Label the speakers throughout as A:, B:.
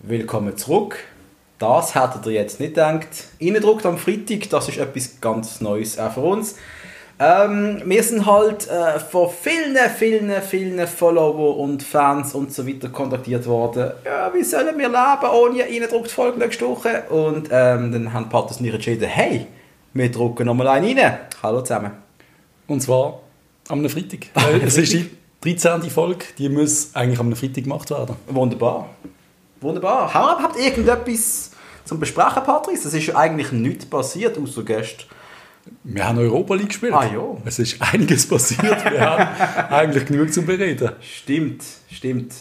A: Willkommen zurück. Das hättet ihr jetzt nicht gedacht. Innendruckt am Freitag, das ist etwas ganz Neues auch für uns. Ähm, wir sind halt äh, von vielen, vielen, vielen Follower und Fans und so weiter kontaktiert worden. Ja, wie sollen wir leben ohne Innendruckt Folge nächste Woche? Und ähm, dann haben die Partys nicht entschieden, hey, wir drucken nochmal einen rein. Hallo zusammen.
B: Und zwar am Freitag. Weil es ist die 13. Folge, die muss eigentlich am Freitag gemacht werden.
A: Wunderbar. Wunderbar. Hau ab, habt ihr irgendetwas zum Besprechen, Patrice? Es ist ja eigentlich nichts passiert, außer gestern.
B: Wir haben Europa League gespielt.
A: Ah, ja.
B: Es ist einiges passiert. Wir haben eigentlich genug zu bereden.
A: Stimmt, stimmt.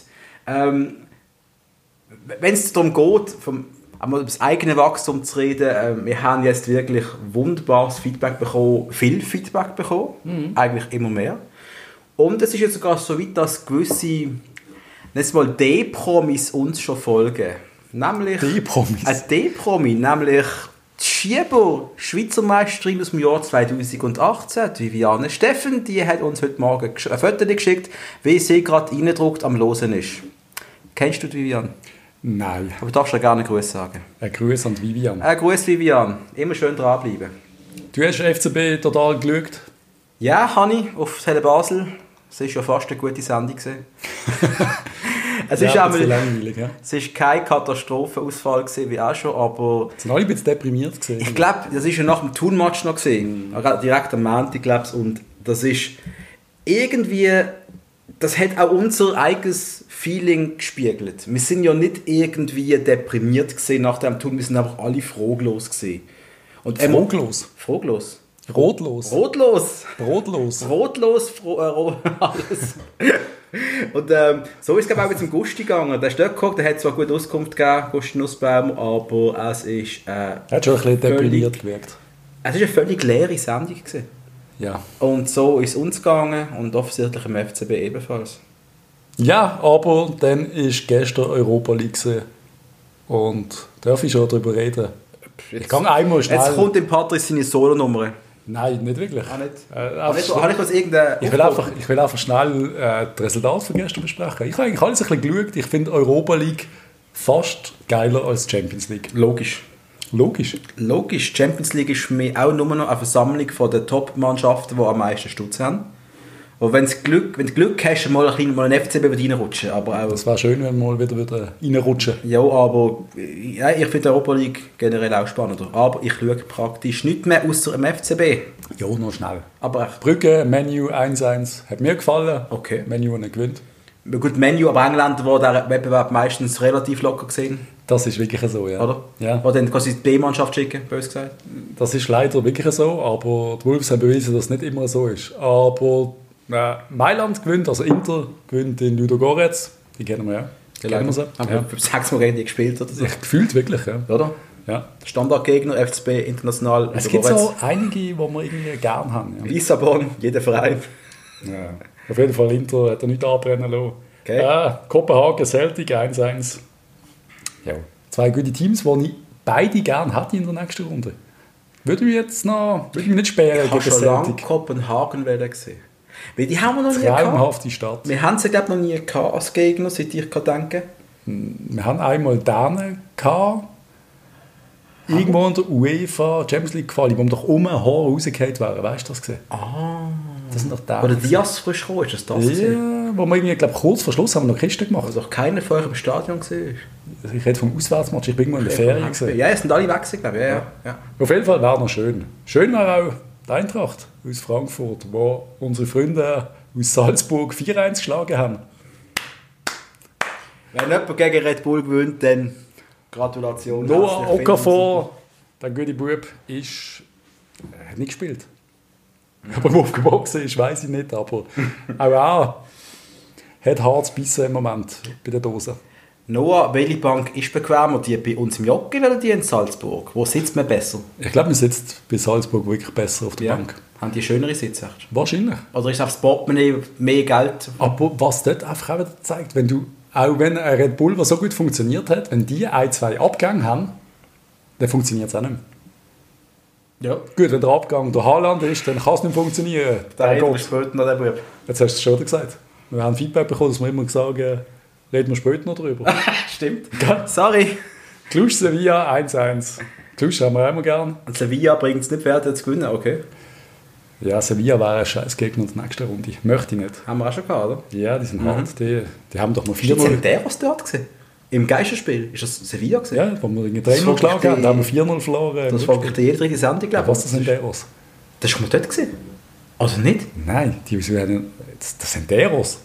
A: Ähm, Wenn es darum geht, vom, einmal über das eigene Wachstum zu reden, ähm, wir haben jetzt wirklich wunderbares Feedback bekommen, viel Feedback bekommen, eigentlich immer mehr. Und es ist jetzt sogar so weit, dass gewisse, jetzt mal D-Promis uns schon folgen. Nämlich...
B: D-Promis?
A: Ein D-Promi, nämlich die Schieber, Schweizer Meisterin aus dem Jahr 2018, die Viviane Steffen, die hat uns heute Morgen gesch- ein Foto geschickt, wie sie gerade reingedruckt am Losen ist. Kennst du die Viviane?
B: Nein.
A: Aber du darfst ja gerne einen Gruß sagen.
B: Ein Grüß an die Vivian.
A: Ein Gruß, Viviane. Immer schön dranbleiben.
B: Du hast FCB total geschaut.
A: Ja, Hanni, auf Tele Basel. Es war ja fast eine gute Sendung. gewesen. es, ist
B: ja,
A: auch
B: ein bisschen
A: mal,
B: langweilig. Ja.
A: es ist kein Katastrophenausfall, gewesen, wie auch schon, aber
B: Sind alle ein bisschen deprimiert gesehen.
A: Ich glaube, das war ja nach dem Turnmatch noch. Gewesen. Direkt am Montag, glaube ich. Und das ist irgendwie... Das hat auch unser eigenes Feeling gespiegelt. Wir sind ja nicht irgendwie deprimiert gewesen nach dem Turn. Wir sind einfach alle frohlos gewesen. Und emo-
B: Froglos.
A: Frohlos.
B: Rotlos.
A: Rotlos.
B: Brotlos.
A: Brotlos, fro äh, ro alles. Und ähm, so ist es glaub ich, auch mit dem Gusti gegangen. Der ist dort geguckt, der hat zwar gute Auskunft gegeben, Gusti Nussbaum, aber es ist... Äh,
B: Hat schon ein bisschen
A: Völlig.
B: deprimiert gewirkt.
A: es war eine völlig leere Sendung. Gewesen.
B: Ja.
A: Und so ist es uns gegangen und offensichtlich im FCB ebenfalls.
B: Ja, aber dann ist gestern Europa League gewesen. und darf ich schon darüber reden. Ich kann einmal schnell.
A: Jetzt kommt dem Patrice seine Solo-Nummer.
B: Nein, nicht wirklich.
A: Auch nicht.
B: Äh,
A: Habe
B: einfach
A: ich, habe ich was irgendein...
B: Ich will, einfach, ich will einfach schnell äh, das Resultat von gestern besprechen. Ich habe eigentlich alles ein bisschen geschaut. Ich finde Europa League fast geiler als Champions League.
A: Logisch.
B: Logisch.
A: Logisch. Die Champions League ist für mich auch nur noch eine Versammlung von der Top-Mannschaften, die am meisten Stutz haben. Und wenn du Glück, wenn du Glück hast, mal ein bisschen mal einen FCB über reinrutschen. Aber auch...
B: Es wäre schön, wenn wir mal wieder, wieder reinrutschen
A: Ja, aber äh, ja, ich finde die Europa League generell auch spannender. Aber ich schaue praktisch nicht mehr außer dem FCB.
B: Ja, noch schnell.
A: Aber echt.
B: Brügge, Menu 1-1. Hat mir gefallen.
A: Okay.
B: Menu nicht gewinnt.
A: Gut, Menu, aber Engländer, wo der Wettbewerb meistens relativ locker gesehen,
B: Das ist wirklich so, ja.
A: oder?
B: Ja.
A: Oder dann quasi die B-Mannschaft schicken, bös gesagt.
B: Das ist leider wirklich so, aber die Wolves haben bewiesen, dass es nicht immer so ist. Aber äh, Mailand gewinnt, also Inter gewinnt in Ludogorets. Die kennen wir ja. Die kennen wir sie.
A: Haben
B: Ja.
A: wir sechsmal gegen die gespielt oder so.
B: Ich gefühlt wirklich, ja.
A: Oder?
B: ja.
A: Standardgegner, FCB, international.
B: Es
A: über
B: gibt
A: Goretz.
B: so einige, die wir irgendwie gern haben.
A: Lissabon, jeder Verein.
B: Ja. Ja. Auf jeden Fall Inter hat er nicht anbrennen lassen.
A: Okay.
B: Äh, Kopenhagen, Celtic 1-1. Ja. Zwei gute Teams, die ich beide gern hätte in der nächsten Runde. Würde mich jetzt noch würde mich nicht sperren
A: Ich habe
B: gegen
A: schon lange
B: Celtic.
A: Kopenhagen wollen gesehen. Weil die haben wir noch nie gehabt.
B: Traumhafte Stadt.
A: Wir haben sie, glaube ich, noch nie gehabt als Gegner, seit ich kann denken
B: Wir haben einmal Dänen gehabt. Irgendwo in der UEFA Champions League Quali, wo wir doch um ein Haar rausgefallen wären. Weißt du das gesehen? Ah. Das sind doch Dänen.
A: Oder Dias frisch gekommen, ist das das? gewesen?
B: Ja, wo wir irgendwie, glaub, kurz vor Schluss haben wir noch Kisten gemacht.
A: Also auch keiner von euch im Stadion gesehen.
B: Also ich rede vom Auswärtsmatch, ich bin irgendwo in der Ferien gewesen.
A: Ja, es sind alle weg, gewesen, glaube ich. Ja, ja. ja.
B: Auf jeden Fall wäre noch schön. Schön wäre auch die Eintracht aus Frankfurt, wo unsere Freunde aus Salzburg 4-1 geschlagen haben.
A: Wenn jemand gegen Red Bull gewinnt, dann Gratulation.
B: Noah
A: Herzlich
B: Okafor, der gute Bub, ist, er hat nicht gespielt. Ob er aufgewachsen ist, weiß ich nicht, aber auch er hat hart bissen im Moment bei der Dose.
A: willkommen. Noah, welche Bank ist bequemer? Die bei uns im Jogging oder die in Salzburg? Wo sitzt man besser?
B: Ich glaube, man sitzt bei Salzburg wirklich besser auf der Bank.
A: Haben die schönere Sitze? echt?
B: Wahrscheinlich.
A: Oder ist aufs Portemonnaie mehr Geld?
B: Aber was dort einfach auch wieder zeigt, wenn du, auch wenn ein Red Bull, der so gut funktioniert hat, wenn die ein, zwei Abgänge haben, dann funktioniert es auch nicht mehr.
A: Ja.
B: Gut, wenn der Abgang der Haaland ist, dann kann es nicht funktionieren.
A: Der
B: Dann
A: eine
B: geht's.
A: ist später noch der Bub.
B: Jetzt hast du es schon wieder gesagt. Wir haben Feedback bekommen, dass wir immer sagen, Reden wir später noch drüber.
A: Stimmt.
B: Gell?
A: Sorry.
B: Cluj Sevilla 1-1. Cluj haben wir auch immer gern.
A: Sevilla bringt es nicht wert, zu gewinnen, okay.
B: Ja, Sevilla war ein scheiß Gegner in der nächsten Runde. Möchte ich nicht.
A: Haben wir auch schon gehabt, oder?
B: Ja, die sind
A: Mhm.
B: hart. Die, die haben doch mal
A: Ist jetzt
B: 4-0.
A: Senderos dort gewesen? Im Geisterspiel? Ist das Sevilla gewesen?
B: Ja, wo wir den
A: Das
B: Trainer
A: war
B: geschlagen
A: wirklich
B: haben, da haben wir 4-0 verloren.
A: Das war wirklich jede dritte Sendung, glaube ich.
B: Was, das sind Deros?
A: Das war mal dort gewesen. Also nicht?
B: Nein, die wieso haben- das sind Deros.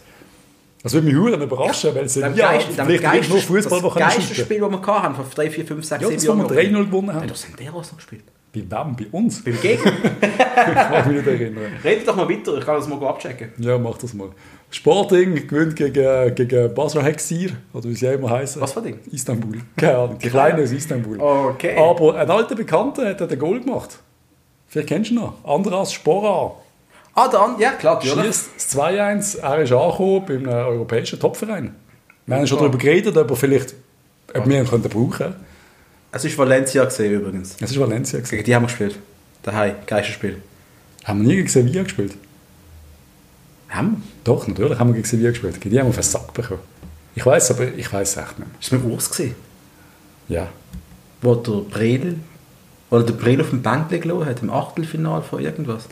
B: Das würde mich hören überraschen, weil sie
A: Dem
B: ja
A: Geist- dem
B: vielleicht wirklich nur
A: Geisters-
B: Fußball
A: das
B: machen können.
A: Geisterspiel, das wir gehabt haben, vor 3, 4, 5, 6,
B: Ja,
A: 7
B: das, wo wir 3-0 gewonnen
A: Hat
B: haben.
A: doch Senderos noch gespielt?
B: Bei wem? Bei uns?
A: Beim Gegner?
B: Ich kann mich nicht erinnern.
A: Redet doch mal weiter, ich kann das mal abchecken.
B: Ja, mach das mal. Sporting gewinnt gegen, gegen Basra Hexir, oder wie sie auch immer heißen.
A: Was für Ding?
B: Istanbul. Keine Ahnung, die Kleine aus Istanbul.
A: Okay.
B: Aber ein alter Bekannter hat den Goal gemacht. Vielleicht kennst du ihn noch. Andras Spora.
A: Ah, dann, ja klar, natürlich.
B: Schießt das 2-1, er ist angekommen beim äh, europäischen Topverein. Wir haben schon darüber geredet, ob er vielleicht ob wir ihn könnten brauchen könnten.
A: Es war Valencia gewesen, übrigens.
B: Es war Valencia. Gewesen.
A: Gegen die haben wir gespielt. Daheim, Geisterspiel.
B: Haben wir nie gegen Sevilla gespielt?
A: Haben
B: Doch, natürlich haben wir gegen Sevilla gespielt. Gegen die haben wir auf den Sack bekommen. Ich weiß, aber ich weiß es echt nicht
A: wir? Ist mit Urs gewesen?
B: mehr. Ja.
A: Wo der Bredel oder der Bredel auf dem Bank liegen lassen hat, im Achtelfinale von irgendwas.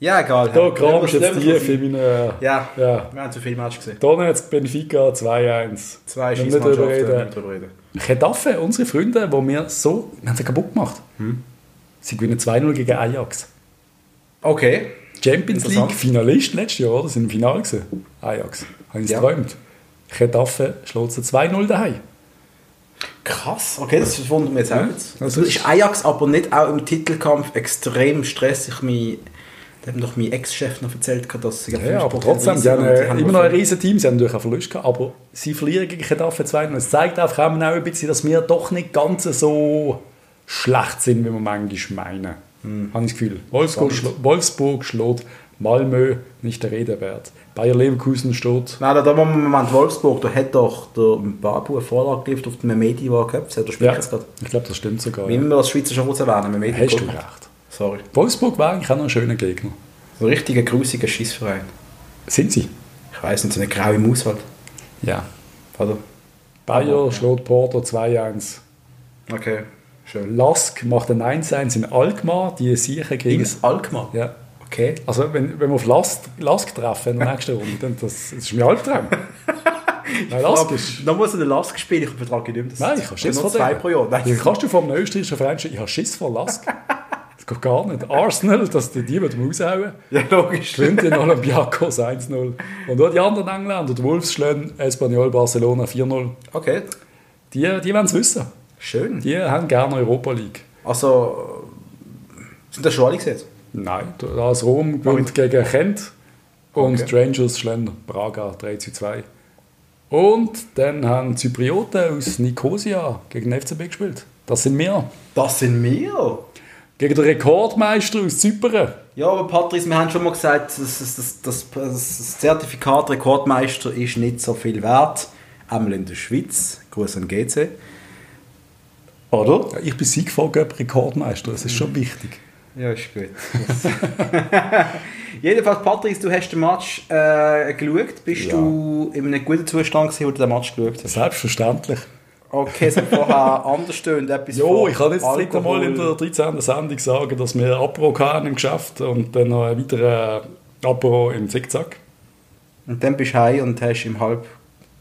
A: Ja, egal.
B: Da
A: Herr.
B: kramst du
A: Lassen
B: jetzt
A: wir es
B: tief in meinen...
A: Ja.
B: ja.
A: Wir haben zu viel Match gesehen.
B: Donetsk, Benfica 2-1.
A: Zwei
B: Wir müssen nicht drüber reden.
A: Schießmannschaften, drüber reden.
B: Getafe, unsere Freunde, die wir so... Wir haben sie kaputt gemacht.
A: Hm.
B: Sie gewinnen 2-0 gegen Ajax.
A: Okay.
B: Champions
A: Interessant.
B: League Finalist letztes Jahr, oder? Sind im Finale gewesen. Ajax. Haben sie
A: Ja.
B: geträumt. Getafe schlägt sie 2-0 daheim.
A: Krass, okay, das wundert mich jetzt auch
B: Ja,
A: nicht.
B: das
A: Das
B: ist-
A: ist Ajax aber nicht auch im Titelkampf extrem stressig. Mein, da hat mir doch mein Ex-Chef noch erzählt, dass sie
B: Ja, aber trotzdem, sie haben
A: und
B: äh, immer noch ein
A: viel-
B: riesen Team. Sie haben natürlich einen Verlust gehabt, aber sie verlieren gegen Getafe 2-0. Es zeigt einfach auch ein bisschen, dass wir doch nicht ganz so schlecht sind, wie wir manchmal meinen. Habe ich das Gefühl. Hm. Wolfsburg, schlo- Wolfsburg schlägt Malmö nicht der Rede wert. Bayer Leverkusen steht...
A: Nein, da- da waren wir im Moment Wolfsburg, da hat doch der Babu eine Vorlage geliefert auf den Memedi, der gehabt hat. Der spielt
B: Ja,
A: jetzt gerade.
B: ich glaube, das stimmt sogar.
A: Wie
B: Ja.
A: immer als Schweizer schon kurz erwähnen, Memedi.
B: Hast du
A: guck.
B: recht.
A: Sorry.
B: Wolfsburg war eigentlich auch noch ein schöner Gegner.
A: So ein richtiger, grusiger Schissverein.
B: Sind sie?
A: Ich weiß nicht, so eine graue Maus halt.
B: Ja.
A: Oder?
B: Bayer schlägt Porto 2-1.
A: Okay, schön.
B: Lask macht ein 1-1 in Alkmaar, die sicher gegen...
A: In Alkmaar?
B: Ja.
A: Okay.
B: Also wenn, wenn wir auf Lask, Lask treffen in der nächsten Runde, dann das, das ist mein Albtraum. Nein, Lask ist...
A: Nochmal so eine Last gespielt, ich vertrage nicht mehr. Das
B: Nein, ich habe Schiss
A: nur
B: vor
A: zwei
B: denen.
A: pro Jahr.
B: Wie
A: Nein,
B: kannst du vom österreichischen Verein schreiben, ich habe Schiss vor Lask? Das geht gar nicht. Arsenal, dass die die wollen raushauen.
A: ja, logisch.
B: Gewinnt den Olympiakos 1-0. Und nur die anderen Engländer, die Wolves schlagen Espanyol Barcelona 4-0.
A: Okay,
B: Die, die wollen es wissen.
A: schön.
B: Die haben gerne Europa League.
A: Also, äh, sind das schon alle gesehen?
B: Nein, das Rom gewinnt gegen Kent und
A: Okay.
B: Rangers schlagen Braga 3 zu 2. Und dann haben die Zyprioten aus Nikosia gegen den FCB gespielt. Das sind wir.
A: Das sind wir.
B: Gegen den Rekordmeister aus Zypern.
A: Ja, aber Patrice, wir haben schon mal gesagt, das, das, das, das, das Zertifikat Rekordmeister ist nicht so viel wert. Einmal in der Schweiz. Gruß an GC.
B: Oder? Ja, ich bin Siegvorgeber Rekordmeister, das ist schon wichtig.
A: Ja, ist gut. Jedenfalls, Patrice, du hast den Match äh, geschaut. Bist
B: Ja.
A: du in einem guten Zustand gewesen, wo du den Match geschaut hast?
B: Selbstverständlich.
A: Okay, es hat vorher anders stöhnt, etwas
B: Jo,
A: von
B: ich kann jetzt das dritte
A: Alkohol.
B: Mal in der 13. Sendung sagen, dass wir Apro haben im Geschäft und dann noch einen weiteren Apro im Zickzack.
A: Und dann bist du heim und hast im Halb...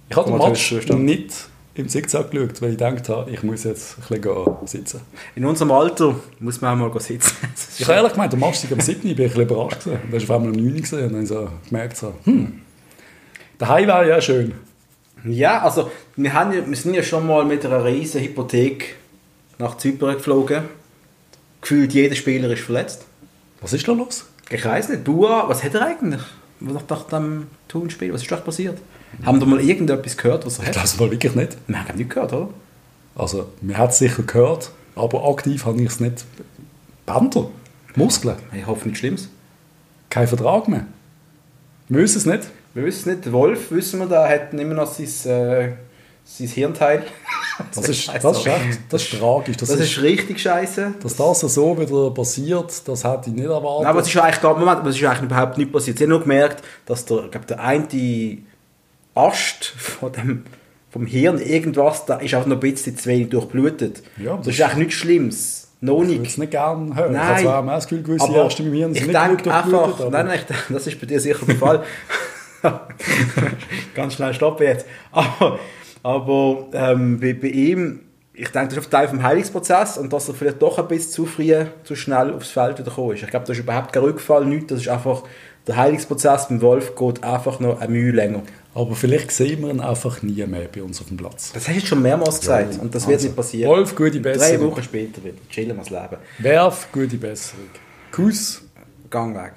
B: Ich habe den
A: Komm,
B: Match
A: Zustand.
B: nicht im Zickzack geschaut, weil ich gedacht habe, ich muss jetzt ein bisschen gehen sitzen.
A: In unserem Alter muss man auch mal sitzen.
B: Ich habe ehrlich gemeint, am Match am 7. Uhr bin ich ein bisschen überrascht. gewesen. Dann war auf einmal um 9 Uhr gewesen und dann so gemerkt, so, hm, daheim wäre ja schön.
A: ja, also wir, haben, ja- wir sind ja schon mal mit einer riesen Hypothek nach Zypern geflogen. Gefühlt jeder Spieler ist verletzt.
B: Was ist da los?
A: Ich weiß nicht, Bua, was hat er eigentlich? Was nach, nach dem Turnspiel, was ist da passiert? Haben wir mal irgendetwas gehört, was er
B: Ich
A: hat?
B: glaube es mal wirklich nicht.
A: Wir haben nicht gehört, oder?
B: Also, man hat es sicher gehört, aber aktiv habe ich es nicht. Bänder, Muskeln,
A: Ich hoffe nichts Schlimmes.
B: kein Vertrag mehr. Wir wissen es nicht.
A: Wir wissen es nicht, der Wolf, wissen wir, da hat immer noch sein, äh, sein Hirnteil.
B: Das ist,
A: scheiße.
B: das ist, echt, das ist tragisch. Das
A: Das
B: ist,
A: ist richtig scheiße.
B: dass das so wieder passiert, das hätte ich nicht erwartet.
A: Nein, aber es ist ja eigentlich, gar- Moment, aber es ist ja eigentlich überhaupt nicht passiert. Sie haben nur gemerkt, dass der, ich glaube, der eine Ast von dem, vom Hirn irgendwas, da ist auch noch ein bisschen zu wenig durchblutet.
B: Ja,
A: das,
B: das
A: ist eigentlich nichts Schlimmes. Noch
B: Ich würde
A: nicht.
B: es nicht gerne hören. Ich habe
A: Nein.
B: zwar auch das Gefühl, gewisse
A: Aber
B: Ärzte bei mir sind
A: ich
B: nicht genug
A: denke einfach,
B: durchblutet. aber-
A: nein, nein, ich, denke, das ist bei dir sicher der Fall. Ganz schnell stoppen jetzt. Aber, aber ähm, bei, bei ihm, ich denke, das ist auf Teil vom Heilungsprozess und dass er vielleicht doch ein bisschen zu früh, zu schnell aufs Feld wieder gekommen ist. Ich glaube, das ist überhaupt kein Rückfall, nichts. Das ist einfach, der Heilungsprozess beim Wolf geht einfach noch eine Mühe länger.
B: Aber vielleicht sehen wir ihn einfach nie mehr bei uns auf dem Platz.
A: Das hast du jetzt schon mehrmals gesagt und das wird
B: also,
A: nicht passieren.
B: Wolf, gute
A: Drei
B: Besserung.
A: Wochen später wieder. Chillen wir das Leben.
B: Werf, gute Besserung. Kuss,
A: Gang weg.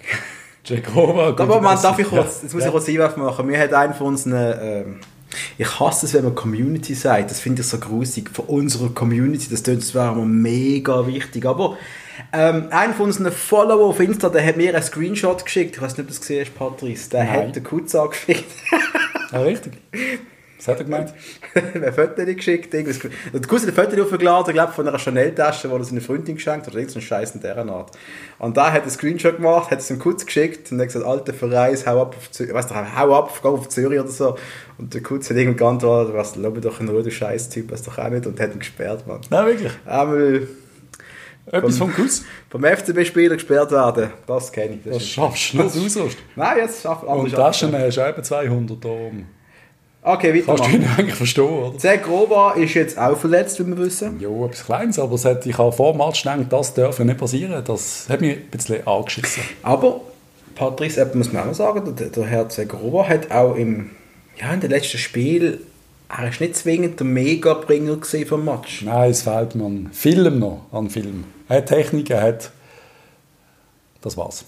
B: Jacoba, gute
A: Aber Moment,
B: Besserung.
A: darf ich kurz, jetzt muss ich kurz einen Einwurf machen. Mir hat einer von uns eine, ähm, ich hasse es, wenn man Community sagt. Das finde ich so grusig. Von unserer Community, das tönt zwar immer mega wichtig, aber ähm, einer von unseren Follower auf Insta, der hat mir einen Screenshot geschickt. Ich weiß nicht, ob du es gesehen hast, Patrice. Der
B: Nein.
A: hat den Kutz angeschickt.
B: Ja, richtig. Was hat er gemeint?
A: Wer Fotos geschickt? Irgendwas. Der Cousin hat ein Foto aufgeladen, glaube von einer Chanel-Tasche, die er seiner Freundin geschenkt hat, oder irgendeinen Scheiß in dieser Art. Und da hat er einen Screenshot gemacht, hat es dem Kutz geschickt und hat gesagt, alter Verreis, hau ab auf Zürich, weißt du, hau ab, geh auf Zürich oder so. Und der Kutz hat irgendwie geantwortet, was, lass mich doch in Ruhe, du Scheiß-Typ, weißt doch auch nicht, und hat ihn gesperrt, Mann.
B: Nein, wirklich.
A: Einmal
B: Etwas vom Kuss.
A: vom FCB-Spieler gesperrt werden, das kenne ich. Das
B: Das
A: ist-
B: schaffst du nicht aus.
A: Nein, jetzt schafft
B: Und Taschen hast du eben 200 da oben.
A: Okay,
B: Kannst du
A: weitermachen.
B: ihn eigentlich verstehen, oder?
A: Zeg Groba ist jetzt auch verletzt, wie wir wissen.
B: Ja, etwas Kleines, aber es hat, ich habe vor dem Match gedacht, das dürfe nicht passieren. Das hat mich ein bisschen angeschissen.
A: Aber Patrice, eben muss man auch noch sagen, der, der Herzog Rover hat auch im, ja, in den letzten Spiel, er ist nicht zwingend der Megabringer gewesen vom Match.
B: Nein, es fehlt mir an Film noch, an Film. Er hat Technik, er hat... Das war's.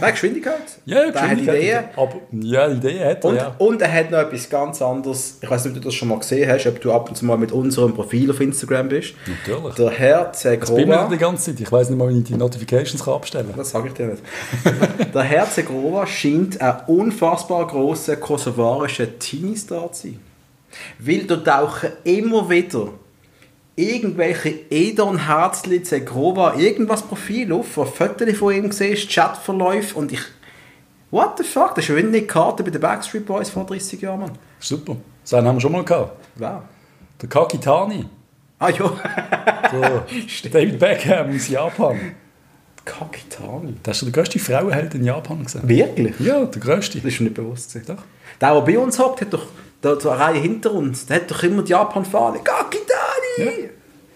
A: Nein, Geschwindigkeit.
B: Ja,
A: der hat
B: Geschwindigkeit.
A: Ideen.
B: Aber, ja, Ideen hat er,
A: Und,
B: ja.
A: und er hat noch etwas ganz anderes. Ich weiß nicht, ob du das schon mal gesehen hast, ob du ab und zu mal mit unserem Profil auf Instagram bist.
B: Natürlich.
A: Der Herzog
B: Ich bin mir
A: Rover.
B: die ganze Zeit, ich weiß nicht mal, wie ich die Notifications kann abstellen kann.
A: Das sage ich dir nicht. der Herzog Rover scheint ein unfassbar grosser kosovarischer Teenie-Star zu sein. Weil da tauchen immer wieder irgendwelche Edon Herzli, Zegrova, irgendwas Profil auf, wo Fotos von ihm siehst, Chatverläufe und ich... What the fuck? Das ist ja wie eine Karte bei den Backstreet Boys vor 30 Jahren, Mann.
B: Super. So einen haben wir schon mal gehabt.
A: Wow.
B: Der Kakitani,
A: Ah ja,
B: der David Beckham aus Japan.
A: Kakitani.
B: Das ist der grösste Frauenheld in Japan gesehen.
A: Wirklich?
B: Ja, der grösste.
A: Das ist mir nicht bewusst. gewesen.
B: Doch.
A: Der, der bei uns hockt, hat doch da so eine Reihe hinter uns, der hat doch immer die Japan-Fahne.
B: Ja.
A: Kakitani!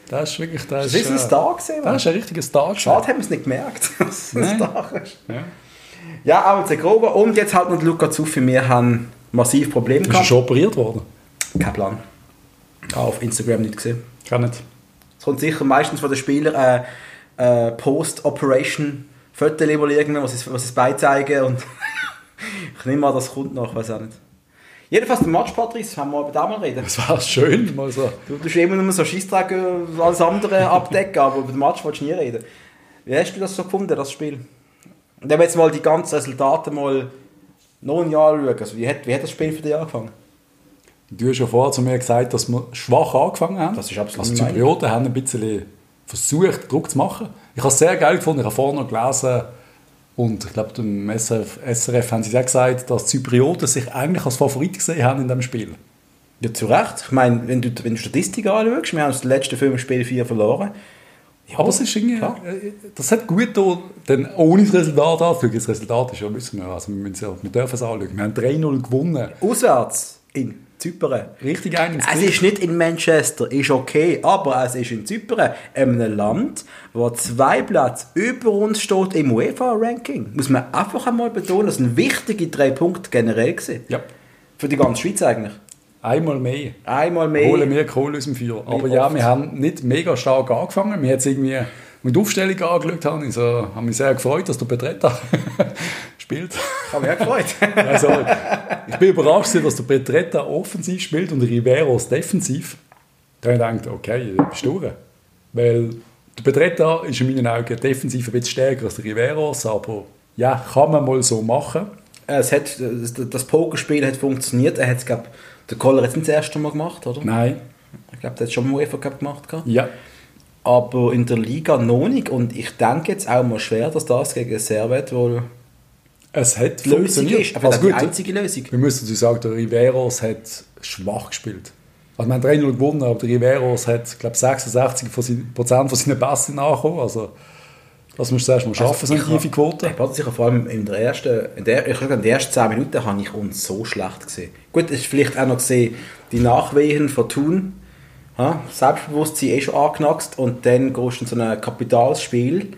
B: Das ist wirklich... Das,
A: Das ist ein
B: äh,
A: Star gewesen,
B: Das
A: Mann.
B: ist ein richtiger Star.
A: Schade, haben wir es nicht gemerkt, dass es ein
B: Nein.
A: Star ist.
B: Ja.
A: Ja, aber der Grobe und jetzt halt noch Luca Zuffi. Wir haben massiv Probleme
B: Ist er
A: gehabt.
B: schon operiert worden?
A: Kein Plan. Ah, auf Instagram nicht gesehen.
B: Kann nicht.
A: Es kommt sicher meistens von den Spielern äh, äh, Post-Operation Fotos, wo irgendwann, was sie was sie beizeigen und ich nehme mal, das kommt noch, weiß auch nicht. Jedenfalls der Match, Patrice, haben wir über den mal reden.
B: Das war schön, mal so.
A: Du tust immer nur so Scheissdreck äh, alles andere abdecken, aber über den Match willst du nie reden. Wie hast du das so gefunden, das Spiel? Und wenn wir jetzt mal die ganzen Resultate mal noch ein Jahr anschauen, also wie, hat, wie hat das Spiel für dich angefangen?
B: Du hast ja vorher zu mir gesagt, dass wir schwach angefangen haben.
A: Das ist absolut
B: Also die
A: meine
B: Zyprioten haben ein bisschen versucht, Druck zu machen. Ich habe es sehr geil gefunden. Ich habe vorher noch gelesen, und ich glaube, dem SRF, SRF haben sie auch gesagt, dass die Zyprioten sich eigentlich als Favorit gesehen haben in diesem Spiel.
A: Ja, zu Recht. Ich meine, wenn du, wenn du Statistik anschaust, wir haben das letzte fünf Spiel 4 verloren.
B: Aber es ist irgendwie,
A: klar.
B: äh, das hat gut getan, denn ohne das Resultat anzuschauen. Das Resultat ist ja, wissen wir, also wir, müssen ja, wir dürfen es anschauen. Wir haben 3-0 gewonnen.
A: Auswärts in Zypern.
B: Richtig ein ins
A: Es
B: Gesicht.
A: ist nicht in Manchester, ist okay, aber es ist in Zypern, einem Land, wo zwei Plätze über uns steht im UEFA-Ranking. Muss man einfach einmal betonen, das sind wichtige drei Punkte generell gewesen.
B: Ja,
A: Für die ganze Schweiz eigentlich.
B: einmal mehr.
A: Einmal mehr.
B: holen wir Kohle aus dem Feuer. Aber
A: Wie
B: ja,
A: oft?
B: wir haben nicht mega stark angefangen. Wir haben irgendwie, als ich die Aufstellung angeschaut habe, ich so, habe mich sehr gefreut, dass der Petretta spielt.
A: Ich habe mich auch gefreut.
B: Also, ich bin überrascht, gewesen, dass der Petretta offensiv spielt und Riveros defensiv. Da habe ich gedacht, okay, bist du durch. Weil der Petretta ist in meinen Augen defensiv ein bisschen stärker als der Riveros, aber ja, kann man mal so machen.
A: es hat, das Pokerspiel hat funktioniert. Er hat es, glaube der Koller hat es nicht das erste Mal gemacht, oder?
B: Nein,
A: Ich glaube, der hat schon mal UEFA Cup gemacht. gehabt.
B: ja,
A: Aber in der Liga noch nicht. Und ich denke jetzt auch mal schwer, dass das gegen Servet wohl
B: Es hat
A: Die Lösung ist,
B: funktioniert.
A: aber
B: Also
A: das ist die einzige Lösung.
B: Wir müssen dazu sagen, der Riveros hat schwach gespielt. Also wir haben 3 0 gewonnen, aber der Riveros hat, glaube 66 von seinen- Prozent von seinen Pässen nachgekommen. Also, das musst du erst mal schaffen, so eine
A: Also, ich hab-
B: tiefe Quote.
A: Ich habe sicher vor allem in der ersten, in der, ich glaube, in den ersten 10 Minuten habe ich uns so schlecht gesehen. Gut, ich vielleicht auch noch gesehen, die Nachwehen von Thun. Ha? Selbstbewusstsein eh schon angeknackst und dann gehst du in so ein Kapitalspiel.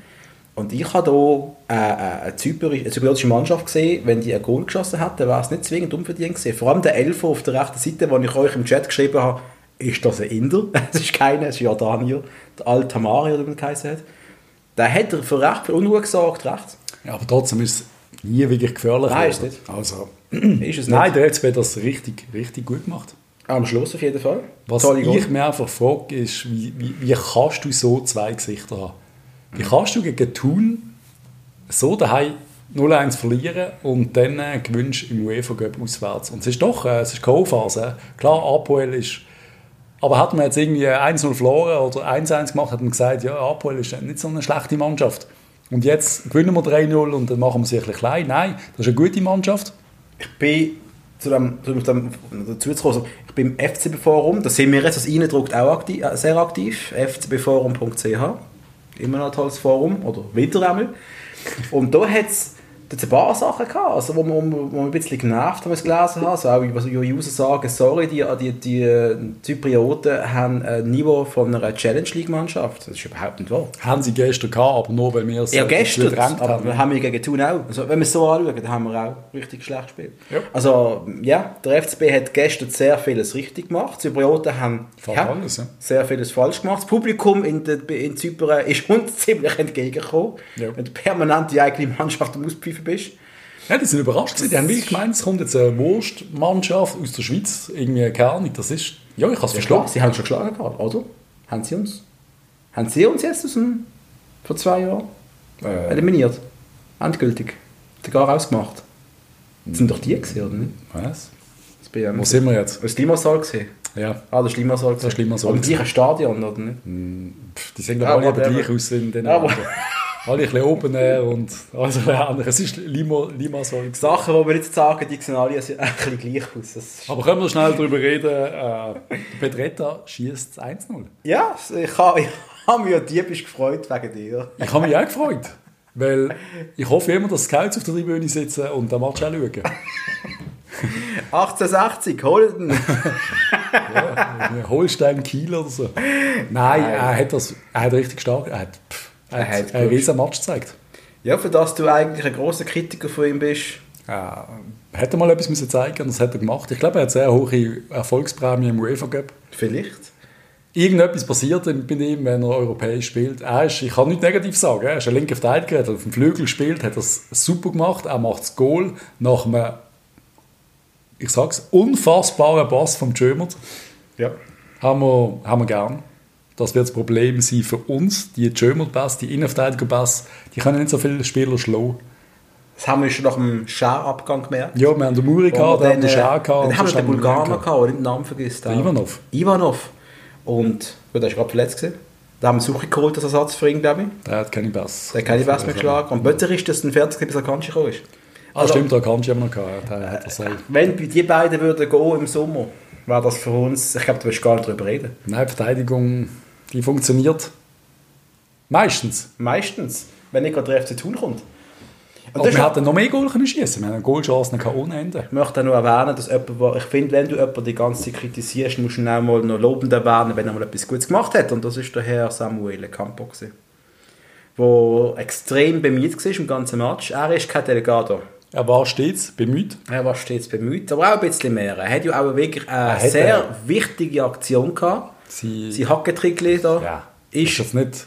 A: Und ich habe hier äh, äh, eine, Zyperi, eine zypriotische Mannschaft gesehen, wenn die einen Goal geschossen hätten, wäre es nicht zwingend unverdient gewesen. Vor allem der Elfer auf der rechten Seite, wo ich euch im Chat geschrieben habe, ist das ein Inder? Es ist keiner, es ist Jordanier. Der Altamari, oder wie er geheißen hat. Da hat er für recht für Unruhe gesorgt, recht.
B: Ja, aber trotzdem ist es nie wirklich gefährlich.
A: Nein, ist
B: geworden.
A: nicht.
B: Also,
A: Ist es
B: nein,
A: nicht?
B: der FCB hat das richtig, richtig gut gemacht.
A: Am Schluss auf jeden Fall.
B: Was
A: Tolle Goal.
B: ich mir einfach frage, ist, wie, wie, wie kannst du so zwei Gesichter haben?
A: Mhm.
B: Wie kannst du gegen Thun so daheim 0-1 verlieren und dann äh, gewinnst im UEFA Cup auswärts? Und es ist doch, äh, es ist K.O.-Phase. Klar, Apoel ist... Aber hat man jetzt irgendwie 1-0 verloren oder 1-1 gemacht, hat man gesagt, ja, Apoel ist nicht so eine schlechte Mannschaft. Und jetzt gewinnen wir 3-0 und dann machen wir sie ein bisschen klein. Nein, das ist eine gute Mannschaft.
A: Ich bin zu dem, zu dem dazu zu kommen, ich bin im FCB Forum, da sind wir jetzt als Eindruck auch aktiv, äh, sehr aktiv, fcbforum.ch, immer noch ein tolles Forum, oder wieder einmal. Und da hat es ein paar Sachen gehabt, also, wo, man, wo man ein bisschen genervt haben, als ich es gelesen habe, also auch, was die User sagen, sorry, die, die, die äh, Zyprioten haben ein Niveau von einer Challenge League Mannschaft, das ist überhaupt nicht wahr.
B: Haben sie gestern gehabt, aber nur, weil wir es
A: Ja,
B: äh,
A: gestern.
B: verdrängt
A: Aber
B: haben.
A: haben. haben wir gegen Thun auch. Also, wenn wir es so anschauen, dann haben wir auch richtig schlecht gespielt.
B: Ja.
A: Also, ja, der FCB hat gestern sehr vieles richtig gemacht. Die Zyprioten haben
B: Fast alles, ja.
A: sehr vieles falsch gemacht. Das Publikum in, der, in Zypern ist uns ziemlich entgegengekommen.
B: Ja.
A: Wenn du permanent die eigene Mannschaft am Auspfeifen bist.
B: Ja, die sind überrascht gewesen. Die haben wirklich gemeint, es kommt jetzt eine Wurstmannschaft aus der Schweiz. Irgendwie, keine Ahnung, das ist... Ja, ich kann es verstehen.
A: Klar, sie haben schon geschlagen, gehabt, oder? Haben sie uns? Haben sie uns jetzt aus dem, vor zwei Jahren
B: Äh,
A: eliminiert? Endgültig. Sogar ausgemacht. Das sind doch die gewesen, oder nicht?
B: Was?
A: Das BM.
B: Wo sind wir jetzt?
A: Das Limassol gesehen.
B: Ja,
A: Ah, das ist Limassol gesehen.
B: Das ist Limassol
A: Aber im
B: gewesen.
A: gleichen Stadion, oder nicht?
B: pff, die sehen glaub
A: Ja,
B: alle aber
A: whatever.
B: gleich aus in den
A: Ja,
B: Ländern. Alle ein bisschen Open Air und alles ein bisschen anders. Es ist Lima, Lima so.
A: Die Sachen, die wir jetzt sagen, die sehen alle ein bisschen gleich aus. Das ist-
B: Aber können wir schnell darüber reden, äh, Pedretta schießt 1-0.
A: ja, ich habe ich hab mich ja diebisch gefreut wegen dir.
B: Ich habe mich auch gefreut, weil ich hoffe immer, dass Scouts auf der Tribüne sitzen und den Match auch schauen.
A: 1860, Holden!
B: Irgendwie Holstein Kiel oder so. Nein, er hat das er hat richtig stark. Er hat, pff, er
A: Er
B: hat
A: hat
B: einen
A: gut.
B: riesen Match gezeigt.
A: ja, für das du eigentlich ein großer Kritiker von ihm bist.
B: Ja, hätte mal etwas müssen zeigen und das hat er gemacht. Ich glaube, er hat sehr hohe Erfolgsprämie im UEFA Cup.
A: Vielleicht.
B: Irgendetwas passiert bei ihm, wenn er europäisch spielt. Er ist, ich kann nichts negativ sagen, er ist ein linker Verteidiger, hat auf dem Flügel gespielt, hat das super gemacht, er macht das Goal nach einem, ich sag's, unfassbaren Pass vom Schömert.
A: Ja.
B: haben wir, haben wir gern. Das wird das Problem sein für uns. Die Schömer-Pass, die Innenverteidiger-Pass, die können nicht so viele Spieler schlagen.
A: Das haben wir schon nach dem Schar-Abgang gemerkt.
B: Ja, wir haben den Muri
A: Wo
B: gehabt, wir haben den
A: äh,
B: Schär gehabt.
A: Dann
B: und
A: haben wir
B: sonst
A: den
B: haben wir
A: Bulgaren
B: niemanden
A: gehabt, den ich den Namen vergisst. habe.
B: Ivanov.
A: Ivanov. Und, gut, der ist gerade verletzt gewesen. Da haben wir Suche geholt als Ersatz für ihn, glaube ich.
B: Der hat keine Pass.
A: Der hat keine Wespen geschlagen. Und plötzlich ist das ein fertig, bis er ganz gekommen ist. Also,
B: Ah, stimmt, da kannst du immer noch gehabt. ja, Der hat
A: Äh,
B: das auch.
A: Wenn bei die beiden würden gehen im Sommer, wäre das für uns, ich glaube, du willst gar nicht darüber reden.
B: Nein, Verteidigung, die funktioniert. Meistens.
A: Meistens, wenn nicht gerade der FC Thun kommt. Und
B: Aber
A: das
B: wir
A: ist,
B: hätten noch mehr Goal können schießen. Wir haben Goalchancen gehabt ohne Ende.
A: ich möchte auch noch erwähnen, dass jemand, wo- ich finde, wenn du jemanden die ganze Zeit kritisierst, musst du ihn auch mal noch lobend erwähnen, wenn er mal etwas Gutes gemacht hat. Und das ist der Herr Samuel Campo. gewesen. Der extrem bemüht war im ganzen Match. Er ist kein Delegator.
B: Er war stets bemüht.
A: Er war stets bemüht, aber auch ein bisschen mehr. Er hat ja auch wirklich eine
B: hat
A: sehr
B: er.
A: wichtige Aktion gehabt.
B: Sie-
A: Sie Hackentrickli da.
B: Ja, ist
A: Ist,
B: jetzt nicht...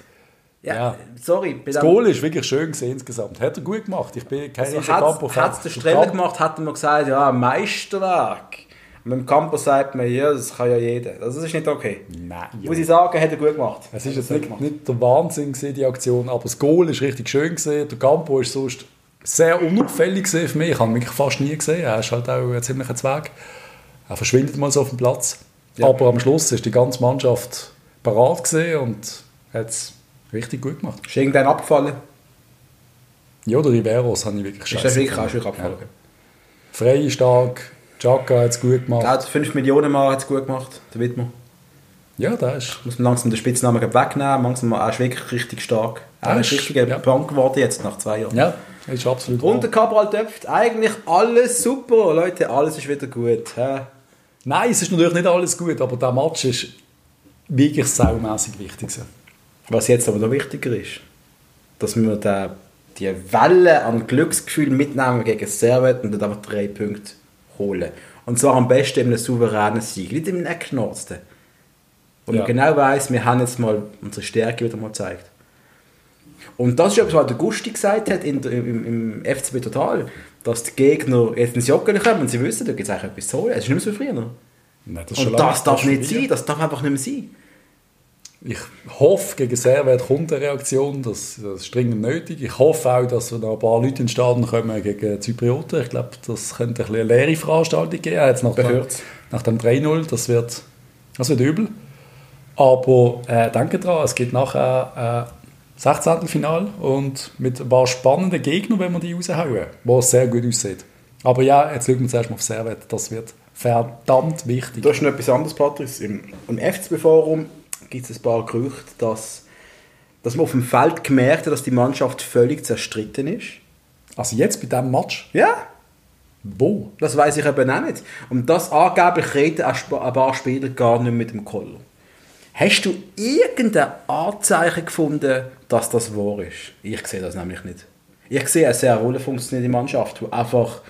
A: ja,
B: ja.
A: Sorry, bei
B: Das
A: dem-
B: Goal ist wirklich schön gesehen insgesamt. Hat er gut gemacht. Ich bin kein
A: also
B: riesen Campo-Fan.
A: Hat es der Streller
B: Campo-
A: gemacht, hat man gesagt, ja, Meisterwerk. Und mit dem Campo sagt man, ja, das kann ja jeder. Also, das ist nicht okay.
B: Nein.
A: Muss ich sagen, hat er gut gemacht.
B: Es ist jetzt nicht, nicht der Wahnsinn gewesen, die Aktion, aber das Goal ist richtig schön gesehen. Der Campo ist sonst sehr unauffällig gewesen für mich. Ich habe ihn wirklich fast nie gesehen. Er ist halt auch ein ziemlicher Zweig. Er verschwindet mal so auf dem Platz.
A: Ja.
B: Aber am Schluss ist die ganze Mannschaft parat gewesen und hat es richtig gut gemacht.
A: Ist irgendein abgefallen?
B: Ja, der Riveros habe ich wirklich
A: Ist
B: scheiße.
A: das wirklich auch
B: gefunden.
A: schon abgefolgt?
B: Frey ist stark, Chaka hat es gut gemacht.
A: Ja. Der 5 Also, Millionen Mal hat es gut gemacht, der Widmer.
B: Ja, der ist.
A: Muss man langsam den Spitznamen gerade wegnehmen, langsam er ist wirklich richtig stark. Er
B: Ja,
A: ist
B: ist-
A: richtig richtiger
B: ja.
A: Bank geworden jetzt nach zwei Jahren.
B: Ja, ist absolut.
A: Und
B: wahr.
A: der Cabral töpft eigentlich alles super, Leute, alles ist wieder gut. hä?
B: Nein, es ist natürlich nicht alles gut, aber der Match ist wirklich saumässig wichtig. gewesen.
A: Was jetzt aber noch wichtiger ist, dass wir da die Welle an Glücksgefühl mitnehmen gegen Servet und dann einfach drei Punkte holen. Und zwar am besten in einem souveränen Sieg, nicht in einem geknorzten. Wo
B: Ja.
A: man genau weiß, wir haben jetzt mal unsere Stärke wieder mal gezeigt. Und das ist etwas, was der Gusti gesagt hat in, der- im, im FCB Total, dass die Gegner jetzt ins Joggeli kommen und sie wissen, da gibt es eigentlich etwas zu holen. Es ist nicht mehr so wie früher.
B: Nein, das ist schon
A: Und
B: lange-
A: das darf
B: ist schon
A: nicht
B: wieder.
A: sein, das darf einfach nicht mehr sein.
B: Ich hoffe, gegen Servet kommt eine Reaktion, das, das ist dringend nötig. Ich hoffe auch, dass noch ein paar Leute in den Stadion kommen gegen Zyprioten. Ich glaube, das könnte ein bisschen eine leere Veranstaltung geben, jetzt nach, dem-
A: Behört's.
B: nach dem 3-0. Das wird, das wird übel. Aber äh, denke dran, es gibt nachher äh, 16. Final und mit ein paar spannenden Gegnern, wenn man die raushauen, wo es sehr gut aussieht. Aber ja, jetzt schauen wir zuerst mal auf Servet. Das wird verdammt wichtig.
A: Da ist noch etwas anderes, Patrice. Im, im FCB-Forum gibt es ein paar Gerüchte, dass, dass man auf dem Feld gemerkt hat, dass die Mannschaft völlig zerstritten ist.
B: Also jetzt bei diesem Match,
A: Ja,
B: wo?
A: das weiß ich eben auch nicht. Und das angeblich reden ein Sp- ein paar Spieler gar nicht mit dem Koller. Hast du irgendein Anzeichen gefunden, dass das wahr ist? Ich sehe das nämlich nicht. Ich sehe eine sehr wohl funktionierende Mannschaft, die einfach...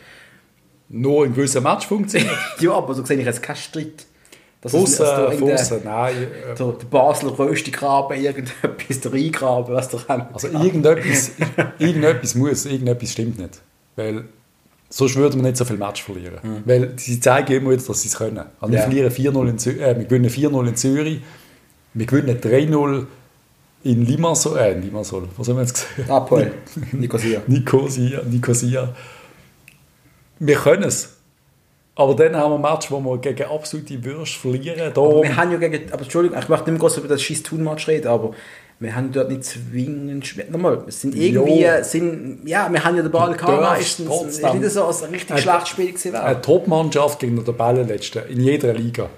B: nur in gewissen Match funktioniert.
A: Ja, aber so sehe ich jetzt keinen Streit. Dass es-
B: Fussen,
A: dass da irgendein-
B: Fussen, nein. äh,
A: Der, der Basler Röstigraben, irgendetwas, der Rheingraben, was der haben.
B: Also irgendetwas, irgendetwas muss, irgendetwas stimmt nicht. Weil sonst würde man nicht so viel Match verlieren. Weil sie zeigen immer jetzt, dass sie es können. Also
A: Mhm. Ja.
B: wir, verlieren 4-0 in Zü- äh, wir gewinnen 4-0 in Zürich, wir gewinnen 3-0 in Limassol, äh, in Limassol, was haben wir jetzt gesehen?
A: Apoel, Ah, Nicosia.
B: Nicosia, Nicosia. Wir können es. Aber dann haben wir ein Match, wo wir gegen absolute Würste verlieren.
A: Aber
B: Darum
A: wir haben ja gegen, aber Entschuldigung, ich möchte nicht mehr groß über das scheiß Thun-Match reden, aber wir haben dort nicht zwingend schwer. Nochmal, es sind irgendwie,
B: Ja.
A: sind, ja, wir Äh, haben ja den Ball gehabt,
B: darfst
A: ist ein- ist
B: trotzdem-
A: nicht so als ein richtig
B: Ein-
A: schlechtes Spiel gewesen.
B: Eine
A: wäre.
B: Top-Mannschaft gegen den Tabellenletzten in jeder Liga.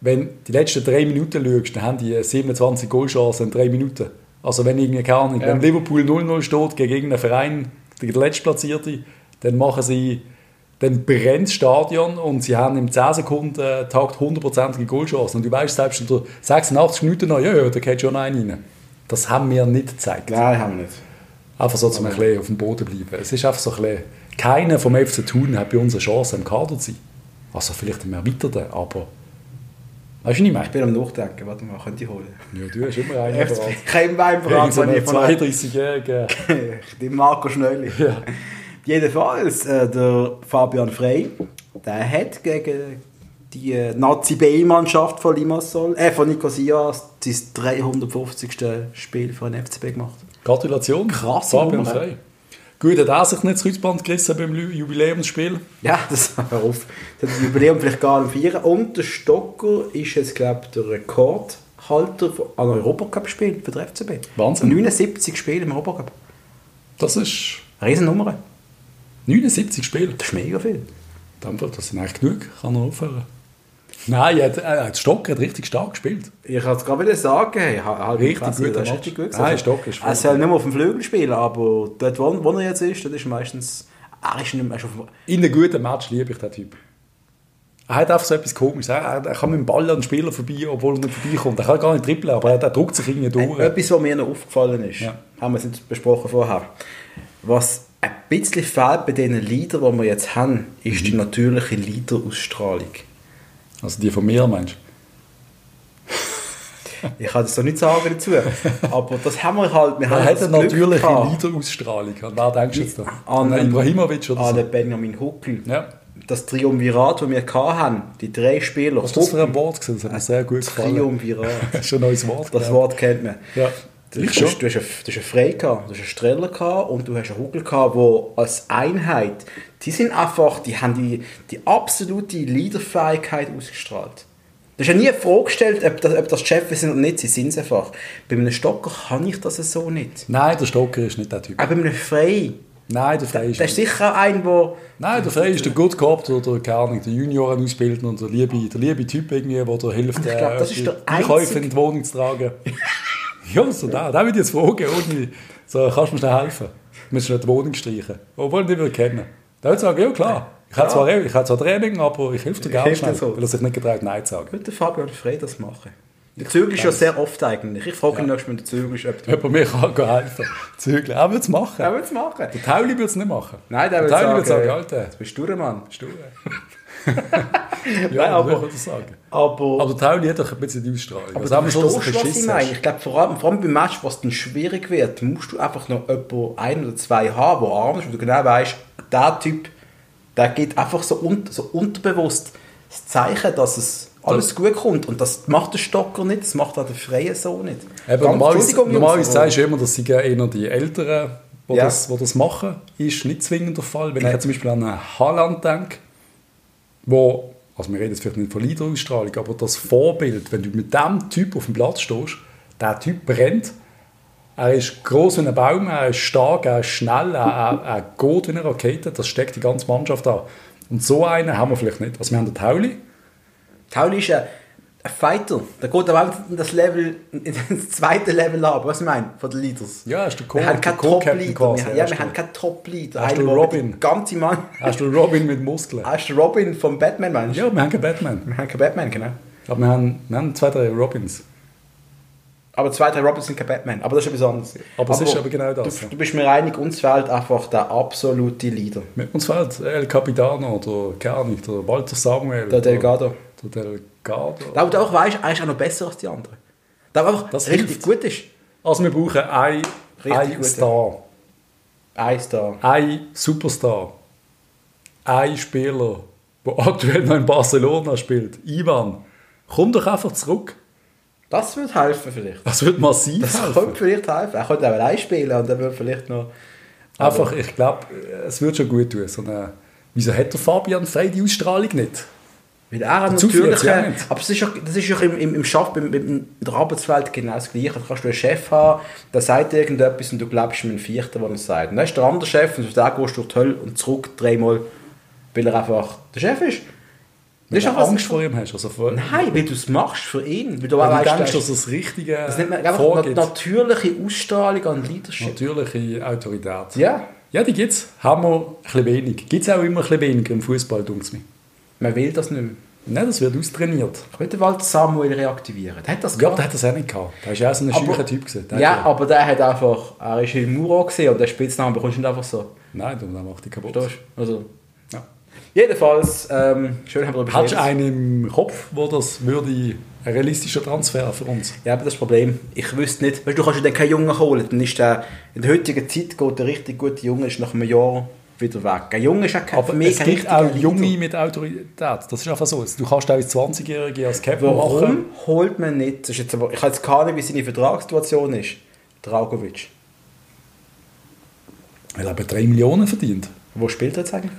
B: Wenn du die letzten drei Minuten schaust, dann haben die 27 Goalchancen in drei Minuten. Also wenn irgendwie, keine Ahnung, wenn Liverpool 0-0 steht gegen irgendeinen Verein, gegen den Letztplatzierte, dann machen sie, dann brennt das Stadion und sie haben im 10 Sekunden äh, Takt 100%ige Goalchancen. Und du weißt selbst in der 86 Minuten noch, ja, ja, da geht schon noch einer rein. Das haben wir nicht gezeigt.
A: Nein, haben wir nicht.
B: Einfach so, zum ein bisschen auf dem Boden bleiben. Es ist einfach so ein bisschen, keiner vom FC Thun hat bei uns eine Chance, im Kader zu sein. Also vielleicht im Erweiterten, aber... Weißt du, was ich meine?
A: Ich bin am Nachdenken, warte mal, könnte ich holen.
B: Ja, du hast immer einen
A: FC Kein Weinbrand,
B: so
A: wenn
B: einen
A: ich von
B: 32-Jährigen.
A: Den Marco Schnelli.
B: Ja.
A: Jedenfalls, äh, der Fabian Frey, der hat gegen die äh, Nazi-B-Mannschaft von Limassol, äh, von Nicosia, sein 350. Spiel für den FCB gemacht.
B: Gratulation.
A: Krass,
B: Fabian
A: Nummer,
B: Frey. Gut, hat er sich nicht das Kreuzband gerissen beim Lü- Jubiläumsspiel?
A: Ja, das hör auf. Das hat das Jubiläum vielleicht gar nicht feiern. Und der Stocker ist jetzt, glaube ich, der Rekordhalter von- an Europacup-Spielen für den FCB.
B: Wahnsinn.
A: 79 Spiele im Europacup.
B: Das ist
A: Riesennummer.
B: 79 Spiele.
A: Das ist mega viel.
B: In dem Fall, Das sind eigentlich genug, kann er aufhören. Nein, er hat, er hat Stock hat richtig stark gespielt.
A: Ich kann es gerade wieder sagen, hey, ha- halb
B: Richtig
A: Fresse,
B: guter
A: das ist
B: Match.
A: richtig gut.
B: Nein, Stock ist
A: Er
B: voll.
A: soll nicht mehr auf dem Flügel spielen, aber dort, wo, wo er jetzt ist, das ist meistens. Er ist nicht mehr er ist auf dem.
B: In einem guten Match liebe ich den Typ. Er hat einfach so etwas komisches. Er, er er kann mit dem Ball an den Spieler vorbei, obwohl er nicht vorbeikommt. Er kann gar nicht trippeln, aber er, er drückt sich irgendwie durch.
A: Etwas, was mir noch aufgefallen ist,
B: Ja.
A: haben wir es nicht besprochen vorher. Was ein bisschen fehlt bei diesen Liedern, die wir jetzt haben, ist
B: Mhm.
A: die natürliche Liederausstrahlung.
B: Also die von mir, meinst
A: Ich kann das so nicht sagen dazu, aber das haben wir halt. Wir
B: du? Er hat
A: das
B: eine natürliche
A: gehabt Ah,
B: Leaderausstrahlung. An wer denkst du jetzt da? An
A: An
B: den
A: einen-
B: Ibrahimovic oder
A: An
B: so?
A: den Benjamin Huckel.
B: Ja.
A: Das Triumvirat, das wir gehabt haben, die drei Spieler.
B: Was war das für ein Wort? gewesen? Das hat mir sehr gut gefallen.
A: Triumvirat.
B: Das ist ein neues Wort.
A: Das
B: glaub.
A: Wort kennt man.
B: Ja.
A: Du,
B: Ich
A: du,
B: schon.
A: hast- du hast einen, du hast einen Frey gehabt, du hast einen Streller gehabt und du hast einen Hugel gehabt, wo als Einheit, die sind einfach, die haben die, die absolute Leaderfähigkeit ausgestrahlt. Du hast ja nie eine Frage gestellt, ob das, ob das die Chefs sind oder nicht. Sie sind es einfach. Bei einem Stocker kann ich das so nicht.
B: Nein, der Stocker ist nicht der Typ.
A: Auch bei einem Frei.
B: Nein, der Frey ist
A: Da ist sicher auch ein, der...
B: Nein, der Frey ist der Good Cop oder keine Ahnung, der Junioren ausbilden und der liebe, der liebe Typ irgendwie, der dir hilft,
A: Ich glaub, das
B: äh,
A: ist
B: die
A: der
B: Einkäufe
A: einzige-
B: in die Wohnung zu tragen. ja, so da, da würde ich jetzt fragen, irgendwie. So, kannst du mir schnell helfen? Wir müssen nicht die Wohnung streichen. Obwohl ich dich will kennen. Da würde ich sagen, ja klar. Ich habe zwar, ich habe zwar Training, aber ich helfe dir
A: Ich
B: gerne
A: helfe dir
B: schnell,
A: so.
B: weil er sich nicht getraut, Nein zu sagen.
A: Würde Fabian Frey das machen? Der Zügel ist ja sehr oft eigentlich. Ich frage ihn nächstes Mal, wenn der Zügel ist, ob der...
B: Jemand mir kann gehen helfen Zügeln. Er würde es machen.
A: Er würde es machen.
B: Der Tauli würde es nicht machen.
A: Nein, der würde
B: Tauli
A: sagen...
B: würde sagen, Alter,
A: Jetzt bist du der Mann.
B: bist du...
A: Nein,
B: ja,
A: aber-
B: aber... Das sagen.
A: Aber...
B: Aber der Tauli hat doch ein bisschen die Ausstrahlung.
A: Aber
B: Also
A: du
B: haben wir so, dass er
A: verstehst, was ich
B: beschissen
A: meine.
B: ist.
A: Ich glaube, vor allem, vor allem beim Match, was dann schwierig wird, musst du einfach noch jemanden, ein oder zwei haben, die arm ist, wo du genau weißt, der Typ, der geht einfach so, un so unterbewusst das Zeichen, dass es alles gut kommt. Und das macht der Stocker nicht, das macht auch der Freie so nicht.
B: Eben,
A: Ganz-
B: normalerweise
A: Entschuldigung, Jungs,
B: normalerweise
A: aber-
B: sagst du immer, dass sie eher die Älteren, die,
A: Ja.
B: das, die das machen, ist nicht zwingend der Fall. Wenn ich
A: Nein.
B: jetzt zum Beispiel an einen Haaland denke, wo, also wir reden jetzt vielleicht nicht von Leaderausstrahlung, aber das Vorbild, wenn du mit dem Typ auf dem Platz stehst, der Typ brennt, er ist groß wie ein Baum, er ist stark, er ist schnell, er, er, er geht wie eine Rakete, das steckt die ganze Mannschaft an. Und so einen haben wir vielleicht nicht. Also wir haben den Tauli,
A: Tauli ist ein, ein Fighter. Der geht aber auch in das Level, ins zweite Level ab. Was ich meine, von den Leaders.
B: Ja, er ist der Co-
A: Wir haben
B: der
A: keinen
B: Co-Captain
A: Top-Leader.
B: quasi,
A: Wir,
B: er
A: ja,
B: ist
A: wir haben
B: der-
A: keinen Top-Leader.
B: Er ist der
A: Einer, der
B: Robin.
A: Die ganze Mann.
B: hast du Robin mit Muskeln.
A: Ah, ist der Robin vom Batman, meinst du?
B: Ja, wir haben keinen Batman.
A: Wir haben keinen Batman, genau.
B: Aber wir haben, wir haben zwei, drei Robins.
A: Aber zwei, drei Robins sind kein Batman. Aber das ist etwas anderes.
B: Aber es ist aber genau das,
A: Du,
B: ja.
A: du bist mir einig, uns fehlt einfach der absolute Leader.
B: Mit uns fehlt El Capitano oder keine Ahnung, der Walter Samuel.
A: Der Delgado.
B: Der Delgado.
A: Der, der auch weißt, er ist auch noch besser als die anderen. Der einfach
B: Das
A: richtig
B: hilft.
A: gut ist.
B: Also wir brauchen einen, einen
A: guten.
B: Star,
A: Eins da.
B: einen Superstar, einen Spieler, der aktuell noch in Barcelona spielt, Ivan. Komm doch einfach zurück.
A: Das würde helfen vielleicht.
B: Das wird massiv
A: Das
B: helfen.
A: könnte vielleicht helfen. Er könnte auch allein spielen und dann würde vielleicht noch...
B: Einfach, ich glaube, es wird schon gut tun. So eine, wieso hat der Fabian Frey die Ausstrahlung nicht?
A: Weil er hat
B: Dazu
A: natürlich...
B: führt's ja
A: äh,
B: nicht.
A: aber das ist ja, das ist ja im, im, im Schaff, im, im, in der Arbeitswelt genau das Gleiche. Da kannst du einen Chef haben, der sagt irgendetwas und du glaubst ihm einen Vierten, der das sagt. Und dann ist der andere Chef und auf den gehst du durch die Hölle und zurück dreimal, weil er einfach der Chef ist. Das
B: Wenn
A: ist
B: du
A: auch was-
B: Angst vor ihm hast. Also vor,
A: Nein, weil du es machst für ihn. Weil du auch
B: wenn du
A: weißt,
B: denkst,
A: der
B: dass
A: ist-
B: das richtige
A: das nennt man einfach
B: vorgibt.
A: eine natürliche Ausstrahlung an Leadership.
B: Natürliche Autorität.
A: Ja,
B: Ja, die gibt es. Haben wir ein bisschen wenig. Gibt es auch immer ein bisschen weniger im Fußball, dunkt mir.
A: man will das nicht mehr.
B: Nein, das wird austrainiert.
A: Ich will den Walter Samuel reaktivieren. Der hat das
B: Ich glaube, der hat das auch nicht gehabt. Der ist ja auch so ein
A: Aber-
B: schücher Typ. Gewesen. Der
A: Ja,
B: hat
A: aber der hat einfach, er ist in Muro gesehen und der Spitznamen bekommst du nicht einfach so.
B: Nein, der macht die kaputt.
A: Verstehst du? Also,
B: Ja.
A: jedenfalls, ähm, schön haben wir darüber
B: Hast du
A: geredet.
B: einen im Kopf, wo das würde ein realistischer Transfer für uns?
A: Ja, aber das ist das Problem. Ich wüsste nicht, weißt du, du kannst ja dann keinen Jungen holen. Dann ist der, in der heutigen Zeit geht der richtig gute Junge ist nach einem Jahr wieder weg. Ein Junge ist auch kein,
B: Aber es gibt
A: richtiger
B: auch Junge
A: Leader.
B: mit Autorität. Das ist einfach so. Also, Du kannst auch als 20-Jährige als Captain machen.
A: Warum holt man nicht, das ist jetzt aber, ich habe jetzt keine Ahnung, wie seine Vertragssituation ist, Dragovic.
B: Weil er eben 3 Millionen verdient.
A: Wo spielt er jetzt eigentlich?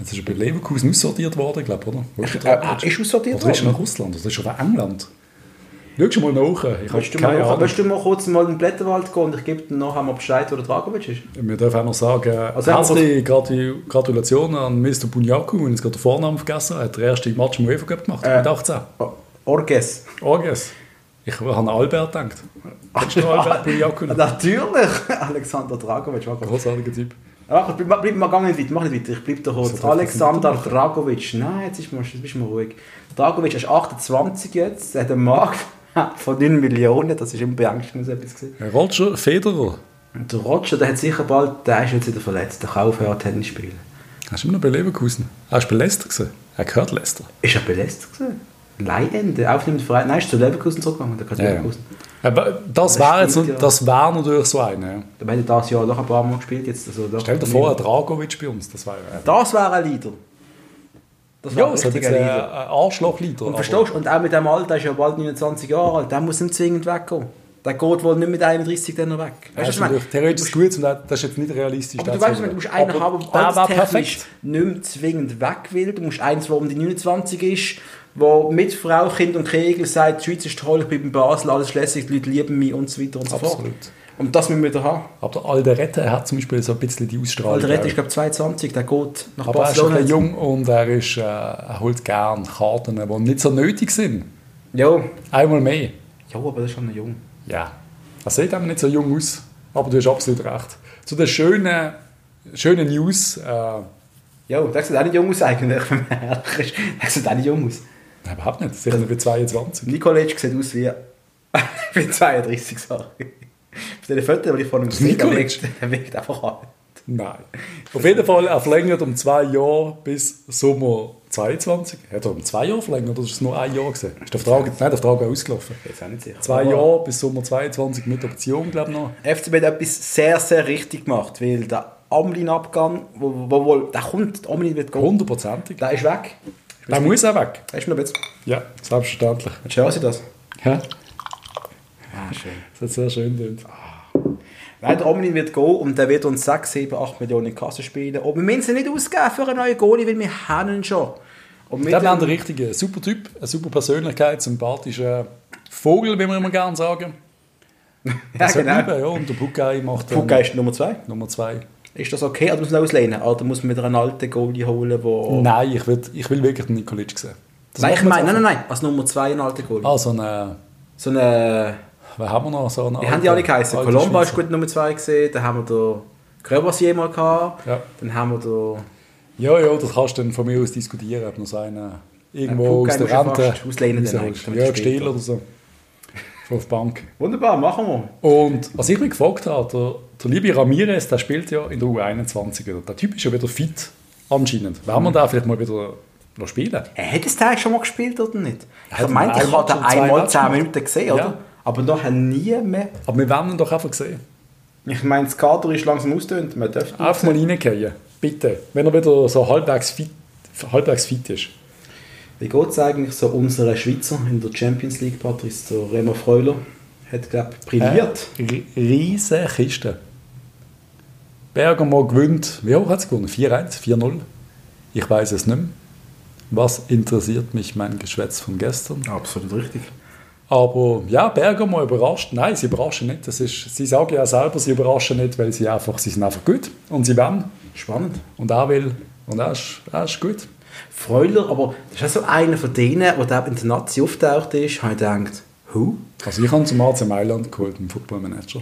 B: Jetzt ist er bei Leverkusen aussortiert worden, glaube ich, oder? Wo ist
A: Äh, ah, ist aussortiert
B: Oder ist er
A: worden?
B: nach Russland? Oder ist er auf England? Schau mal nach. Ich habe
A: Willst du, mal
B: keine
A: noch,
B: Ahnung.
A: willst du mal kurz mal in den Blätterwald gehen und ich gebe dir noch einmal Bescheid, wo der Dragovic ist?
B: Wir dürfen auch noch sagen,
A: Also
B: herzliche Gratu Gratulation an Mr. Bunyaku, wenn ich jetzt gerade den Vornamen vergessen habe. Er hat den ersten Match im UEFA Cup gemacht, mit 18.
A: Oh, Orges.
B: Orges. Ich habe an Albert gedacht. Kennst du Albert Bunyaku? noch?
A: Natürlich, Alexander Dragovic. Mach kurz.
B: Großartiger Typ.
A: Mach, bleib, bleib mal gar nicht weiter, mach nicht weiter, ich bleib da kurz.
B: So darf ich das
A: Alexander Dragovic, nein, jetzt, ist mal, jetzt bist du mal ruhig. Dragovic ist 28 jetzt, er hat einen Markt von 9 Millionen, das ist immer beängstigend, so etwas gesehen.
B: Roger Federer.
A: Und der Roger, der hat sicher bald, der ist jetzt wieder verletzt, der kann aufhören Tennis spielen.
B: Hast du immer noch bei Leverkusen? Hast du bei Leicester gesehen? Er gehört Leicester.
A: Ist er belästigt gewesen? Leihende, aufnehmend Verein, nein, ist zu Leverkusen zurückgegangen, der kann Leverkusen.
B: Aber das
A: Das
B: wäre jetzt,
A: stimmt, ja.
B: das wäre natürlich so einer. ja.
A: Da haben das Jahr doch ein paar Mal gespielt. Jetzt, also doch
B: Stell dir vor, ein Dragovic bei uns, das wäre ja.
A: Das wäre ein Leader. Das wäre
B: Ja,
A: ein
B: das hat jetzt
A: richtiger
B: ein
A: Leader.
B: ein Arschloch-Leader.
A: Und
B: aber-
A: verstehst du, und auch mit dem Alter, der ist ja bald 29 Jahre alt, der muss ihm zwingend weggehen. Der geht wohl nicht mit 31 dann noch weg.
B: Ja,
A: Weißt
B: ist
A: du, was ich
B: natürlich
A: meine?
B: theoretisch gut, und das ist jetzt nicht realistisch.
A: Aber du
B: das
A: weißt,
B: zu
A: was ich meine, du
B: sagen.
A: musst einen
B: Aber
A: haben, der
B: der war
A: alterstechnisch
B: perfekt.
A: nicht mehr zwingend weg will. Du musst eins, der um die 29 ist, wo mit Frau, Kind und Kegel sagt, die Schweiz ist toll, ich bin in Basel, alles lässig, die Leute lieben mich und so weiter und so fort.
B: Absolut.
A: Und das müssen wir wieder haben.
B: Aber der Alderette er hat zum Beispiel so ein bisschen die Ausstrahlung.
A: Alter Red
B: auch.
A: ist, glaube ich, 22, der geht nach
B: aber er ist ein
A: Barcelona.
B: bisschen jung und er, ist, äh, er holt gerne Karten, die nicht so nötig sind.
A: Ja.
B: Einmal mehr.
A: ja, aber der ist schon noch jung.
B: Ja. Er sieht eben nicht so jung aus, aber du hast absolut recht. Zu den schönen, schönen News. Äh, nein,
A: Ja, der sieht auch nicht jung aus eigentlich, wenn man ehrlich ist. Der sieht auch nicht jung aus.
B: überhaupt nicht. Sicher nicht bei 22.
A: Nikolic sieht aus wie... ich bin 32, sorry. Bei den Fotos, die ich vorhin gesehen habe, der
B: Nikolic?
A: wirkt- der wirkt einfach alt.
B: Nein. Auf jeden Fall, er verlängert um zwei Jahre bis Sommer 22. Hat er um zwei Jahre verlängert oder ist es nur ein Jahr gewesen? Ist der Vertrag, nein, der Vertrag war ausgelaufen.
A: Jetzt auch nicht sicher.
B: Zwei
A: Aber
B: Jahre bis Sommer 22 mit Option, glaube ich noch.
A: FCB hat etwas sehr, sehr richtig gemacht, weil der Amlin-Abgang, wo, wo, wo, der kommt, der Amlin wird gehen.
B: Hundertprozentig.
A: Der ist weg.
B: Der muss auch weg.
A: Hast du noch jetzt?
B: Ja, selbstverständlich.
A: Mit Chelsea das?
B: Ja,
A: Ah, schön.
B: das hat sehr schön gedacht.
A: Nein, der Omlin wird gehen und der wird uns 6, 7, 8 Millionen in die Kasse spielen. Und wir müssen ihn nicht ausgeben für einen neuen Goalie, weil wir haben ihn schon. Und mit
B: Dann wäre
A: dem,
B: der richtige. Ein Super Typ, eine super Persönlichkeit, sympathischer Vogel, wie wir immer gerne sagen.
A: ja,
B: Das hat
A: genau.
B: Liebe, ja. Und der Puckei macht dann
A: Puckei ist Nummer 2.
B: Nummer zwei.
A: Ähm, Ist das okay? Also, Oder muss man ihn auslehnen? Oder muss man wieder einen alten Goalie holen, wo...
B: Nein, ich will, ich will wirklich den Nikolic sehen. Das
A: Oh. nein,
B: macht
A: ich
B: man
A: meine, nein,
B: jetzt
A: nein, nein, als Nummer 2 einen alten Goalie.
B: einfach. Ah, so eine,
A: So eine...
B: wer haben wir noch? So eine
A: Die haben die alle geheißen.
B: alte
A: Colomba ist
B: Schweizer.
A: gut Nummer 2 gesehen, dann haben wir den Gröbersier mal gehabt,
B: Ja.
A: dann haben wir den...
B: Ja, ja, das kannst du dann von mir aus diskutieren, ob noch so einer irgendwo
A: Puckei
B: aus der
A: musst du
B: Rente
A: fast auslehnen dann eigentlich,
B: rausholst.
A: damit
B: Ja,
A: er spielt.
B: Stiel oder so. Von auf die Bank.
A: Wunderbar, machen wir.
B: Und was ich mich gefragt habe, der, der liebe Ramirez, der spielt ja in der U21. Oder? Der Typ ist ja wieder fit, anscheinend. Werden wir da vielleicht mal wieder noch spielen?
A: Er Äh, hat das Teil schon mal gespielt oder nicht?
B: hat
A: Ich meinte, ich
B: einmal
A: habe den
B: schon zwei
A: einmal
B: Matches
A: 10
B: gemacht.
A: Minuten gesehen,
B: Ja.
A: oder? Aber nachher nie mehr.
B: Aber wir werden ihn doch einfach sehen.
A: Ich meine, das Kader ist langsam ausgedünnt. Man dürfte
B: Einfach mal reingehen, bitte. Wenn er wieder so halbwegs fit, halbwegs fit ist.
A: Wie geht es eigentlich so unseren Schweizer in der Champions League, Patrice? Der Remo Freuler hat, glaube ich, brilliert.
B: Äh, ri- riesen Kiste. Bergamo gewinnt. Wie hoch hat es gewonnen? 4-1, 4-0? Ich weiß es nicht mehr. Was interessiert mich mein Geschwätz von gestern?
A: Absolut richtig.
B: Aber ja, Bergamo überrascht. Nein, sie überraschen nicht. Das ist, sie sagen ja selber, sie überraschen nicht, weil sie einfach, sie sind einfach gut und sie wollen
A: Spannend.
B: und er will und er ist, er ist gut.
A: Freuler, aber das ist auch so einer von denen, der da in der Nazi auftaucht ist, habe ich gedacht, who?
B: Also ich habe zum AC Mailand geholt, im Footballmanager.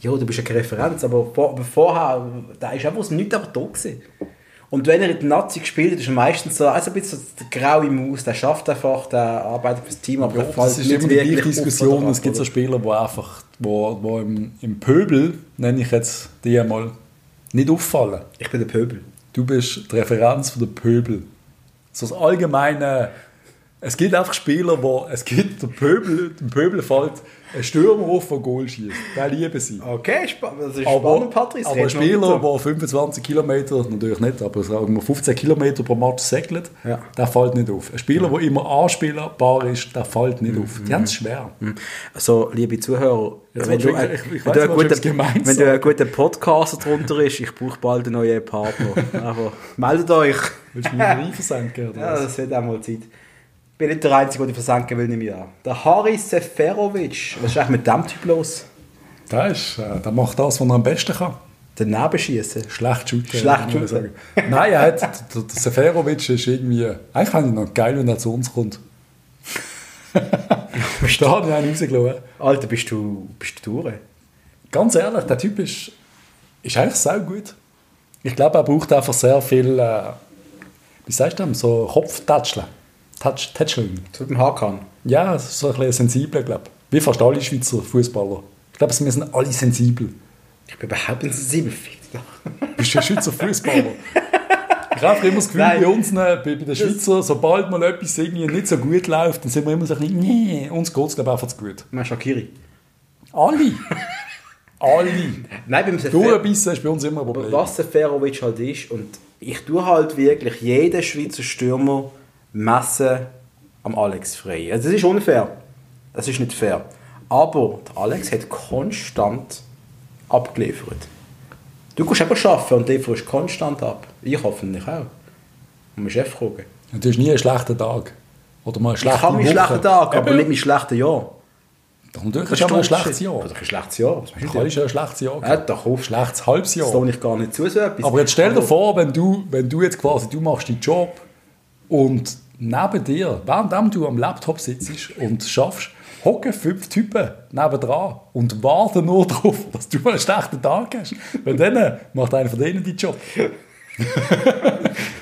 A: Ja, du bist ja keine Referenz, aber, vor, aber vorher, da ist einfach aus dem Nichts aber da gewesen. Und wenn er in der Nazi gespielt hat, ist er meistens so, also ein bisschen so der graue Maus, der schafft einfach, der arbeitet fürs Team, aber der fällt
B: Das ist immer die
A: wirklich
B: gleiche
A: auf
B: Diskussion.
A: oder ab,
B: Es gibt so
A: oder?
B: Spieler, die einfach, wo, wo im, im Pöbel, nenne ich jetzt die einmal, nicht auffallen.
A: Ich bin der Pöbel.
B: Du bist die Referenz von der Pöbel. So das allgemeine. Es gibt einfach Spieler, wo es gibt der Pöbel, dem Pöbel fällt ein Stürmer auf, der Goal schießt. Der lieben sie.
A: Okay, spa das ist
B: Aber,
A: Ah, spannend, Patrice.
B: aber
A: Red
B: ein
A: noch
B: Spieler,
A: weiter.
B: der 25 Kilometer, natürlich nicht, aber sagen wir 15 Kilometer pro Match segelt,
A: Ja.
B: der fällt nicht auf. Ein Spieler, der immer anspielbar ist, der fällt
A: Mhm.
B: nicht auf. Ganz schwer.
A: Also, liebe Zuhörer,
B: Jetzt
A: wenn
B: willst
A: du,
B: du
A: ein-
B: wirklich- ich- ich
A: wenn,
B: weiss,
A: du ein
B: du willst
A: guter,
B: etwas gemein
A: wenn du ein
B: sagen.
A: guter Podcaster drunter ist, ich brauche bald einen neuen Partner. Aber meldet euch.
B: Willst du mich reinversenken? Oder
A: Ja,
B: was?
A: das wird auch mal Zeit. Ich bin nicht der Einzige, der die versenken will, nehme ich an. Der Haris Seferovic. Was ist eigentlich mit dem Typ los?
B: Der, ist, äh, der macht das, was er am besten kann.
A: Den Nebenschießen.
B: Schlecht shooten.
A: Schlecht
B: muss
A: shooten.
B: man sagen. Nein, er hat, der, der Seferovic ist irgendwie. Eigentlich fand ich noch geil, wenn er zu uns kommt. Verstehe ich einen rausgelassen.
A: Alter, bist du, bist du durch?
B: Ganz ehrlich, der Typ ist, ist eigentlich sehr gut. Ich glaube, er braucht einfach sehr viel. Äh, wie sagst du das? So Kopftätscheln. Tätsch- Tätscheln.
A: Zu dem Hakan.
B: Ja, es ist so ein bisschen sensibel, glaube ich. Wie fast alle Schweizer Fußballer. Ich glaube, wir sind alle sensibel.
A: Ich bin überhaupt nicht sensibel. Fick dich doch.
B: bist du ein Schweizer Fußballer. Ich habe einfach immer das Gefühl,
A: Nein.
B: bei uns, ne, bei, bei den Schweizern, sobald mal etwas irgendwie nicht so gut läuft, dann sind wir immer so ein bisschen, nee, uns geht es glaube ich einfach zu gut.
A: Mein Shakiri.
B: Alle. Alle.
A: Nein, beim Sefer
B: Durchbissen ist bei uns immer ein Problem.
A: Was Seferovic halt ist, und ich tue halt wirklich jeden Schweizer Stürmer messen am Alex frei. Also das ist unfair. Das ist nicht fair. Aber der Alex hat konstant abgeliefert. Du kannst eben arbeiten und lieferst konstant ab. Ich hoffentlich auch. Muss mich Chef fragen.
B: Und Du hast nie einen schlechten Tag. Oder mal eine
A: Ich
B: schlechte
A: habe meinen
B: Woche.
A: schlechten Tag, aber
B: Eben.
A: nicht mein schlechtes Jahr.
B: Natürlich ist aber ein schlechtes Jahr.
A: Das ist ein schlechtes Jahr. Was meinst
B: Da
A: du?
B: ist ja ein schlechtes Jahr.
A: Ja,
B: gewesen.
A: da kaufst du.
B: Schlechtes halbes
A: Das
B: Jahr.
A: lohne ich gar nicht zu, so etwas. Also,
B: Aber jetzt stell dir vor, wenn du, wenn du jetzt quasi, du machst deinen Job und neben dir, währenddem du am Laptop sitzt und schaffst, hocken fünf Typen nebendran und warten nur darauf, dass du mal einen schlechten Tag hast. Wenn dann macht einer von denen deinen Job.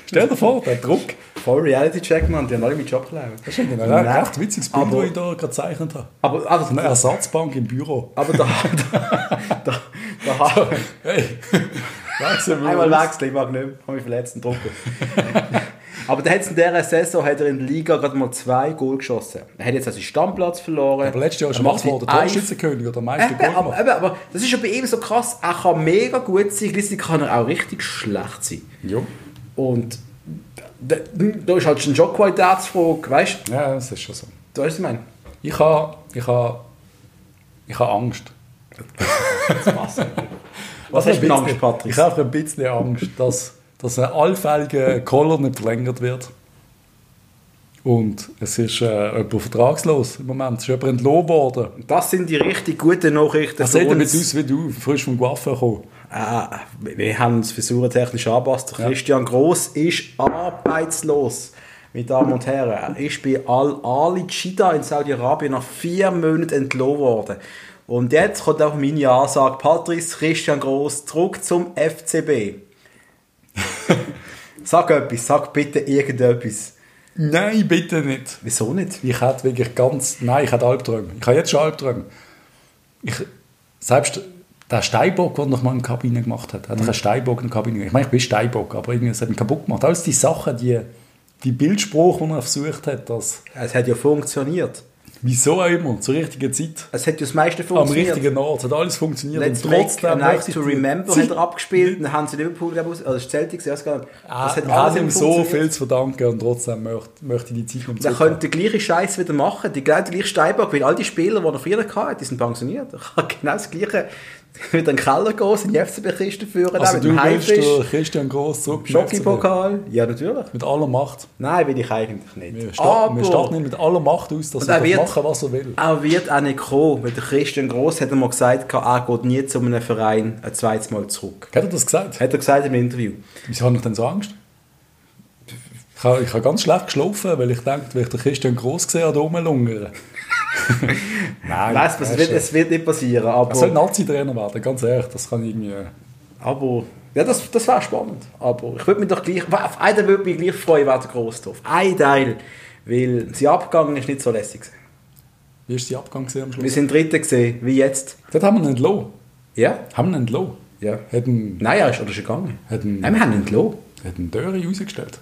B: stell dir vor, der Druck.
A: Voll Reality-Check, Mann. Die haben alle meinen Job gelernt. Das ist
B: Ein recht witziges Bild, das
A: aber,
B: ich da gerade gezeichnet habe.
A: aber, aber,
B: Eine
A: aber,
B: Ersatzbank im Büro.
A: aber da... da, da, da
B: Hey, wechseln wir
A: Einmal
B: uns.
A: wechseln, ich mag nicht mehr. Habe mich verletzt und drucken. Aber dann hat's in dieser Saison hat er in der Liga gerade mal zwei Goal geschossen. Er hat jetzt also seinen Stammplatz verloren.
B: Aber letztes Jahr ist
A: Er
B: er
A: macht
B: gemacht worden,
A: ein-
B: Torschützenkönig oder Meister
A: Eben,
B: Gold
A: aber,
B: gemacht.
A: eben, aber das ist ja bei ihm so krass. Er kann mega gut sein, gleichzeitig kann er auch richtig schlecht sein.
B: Ja.
A: Und da, da ist halt schon eine Qualitätsfrage, weißt du?
B: ja, das ist schon so.
A: Du weißt, was ich meine?
B: Ich habe ich ha, ich ha Angst.
A: Was hast du
B: Ich
A: denn
B: hab Also ein bisschen-
A: Angst, Patrick?
B: Ich habe ein bisschen Angst, dass, dass ein allfälliger Collar nicht verlängert wird. Und es ist äh, jemand vertragslos im Moment. Es ist jemand entlohnt worden.
A: Das sind die richtig guten Nachrichten
B: Das sieht damit aus wie du, frisch vom Guaffen gekommen.
A: Ah, wir wir haben uns versucht, technisch anpassen. Christian Gross ist arbeitslos. Meine Damen und Herren, er ist bei Al-Ali Chida in Saudi-Arabien nach vier Monaten entlohnt worden. Und jetzt kommt auch meine Ansage. Patrice Christian Gross, zurück zum FCB. sag etwas, sag bitte irgendetwas.
B: Nein, bitte nicht.
A: Wieso nicht?
B: Ich hatte wirklich ganz... Nein, ich hatte Albträume. Ich habe jetzt schon Albträume. Ich, selbst der Steinbock, der noch mal eine Kabine gemacht hat, hat mhm. einen Steinbock in der Kabine gemacht. Ich meine, ich bin Steinbock, aber irgendwie, es hat ihn kaputt gemacht. Alles die Sachen, die, die Bildspruch, die er versucht hat, das,
A: Es hat ja funktioniert.
B: wieso auch immer, zur richtigen Zeit,
A: Es hat ja das meiste
B: am
A: funktioniert.
B: richtigen Ort, es hat alles funktioniert.
A: Let's Make a Night
B: möchte ich
A: to
B: die
A: Remember
B: Zeit-
A: hat er abgespielt, dann haben sie Liverpool glaub ich, aus, also ist Celtic, ich weiß gar nicht.
B: Ah,
A: Das hat
B: wir haben
A: alles
B: ihm
A: immer
B: so
A: funktioniert.
B: viel zu verdanken und trotzdem möchte, möchte ich die Zeit um
A: Er könnte den gleichen Scheiß wieder machen, die genau den gleichen Steinbock, weil all die Spieler, die er früher hatte, die sind pensioniert. Er kann genau das gleiche wieder in den Keller gehen, seine FCB-Kiste führen,
B: Also
A: mit
B: du
A: dem
B: willst
A: Heimfisch,
B: den Christian Gross zurück zum FCB.
A: Schocki-Pokal. Ja, natürlich.
B: Mit aller Macht.
A: Nein, will ich eigentlich nicht.
B: Wir starten, wir starten ihn mit aller Macht aus, dass
A: Und
B: Ah, er
A: er wird-
B: darf machen was er will.
A: Er wird auch nicht kommen, weil der Christian Gross hat einmal gesagt, er geht nie zu einem Verein ein zweites Mal zurück.
B: Hat er das gesagt?
A: Hat er gesagt im Interview.
B: Wieso habe ich denn so Angst? Ich habe, ich habe ganz schlecht geschlafen, weil ich denke, wenn ich den Christian Gross gesehen habe, da rumlungern. Nein,
A: Weißt du,
B: das
A: es wird,
B: ist, äh,
A: es wird nicht passieren, aber...
B: Er soll Nazi-Trainer werden, ganz ehrlich. Das kann irgendwie... äh,
A: Aber ja, das, das wäre spannend. Aber ich würde mich doch gleich, auf einen Teil würde ich mich gleich freuen, wäre der Grossdorf. Ein Teil, weil sein Abgang ist nicht so lässig. gewesen.
B: Wie ist der Abgang gewesen am
A: Wir
B: Schluss?
A: sind Dritte gesehen, wie jetzt.
B: Dort haben wir ihn entlassen.
A: Ja?
B: Haben wir ihn entlassen.
A: Ja.
B: Hat ihn,
A: Nein, er ist oder ist gegangen.
B: Hat ihn-
A: Nein, wir haben ihn entlassen.
B: hat ihn Döri rausgestellt.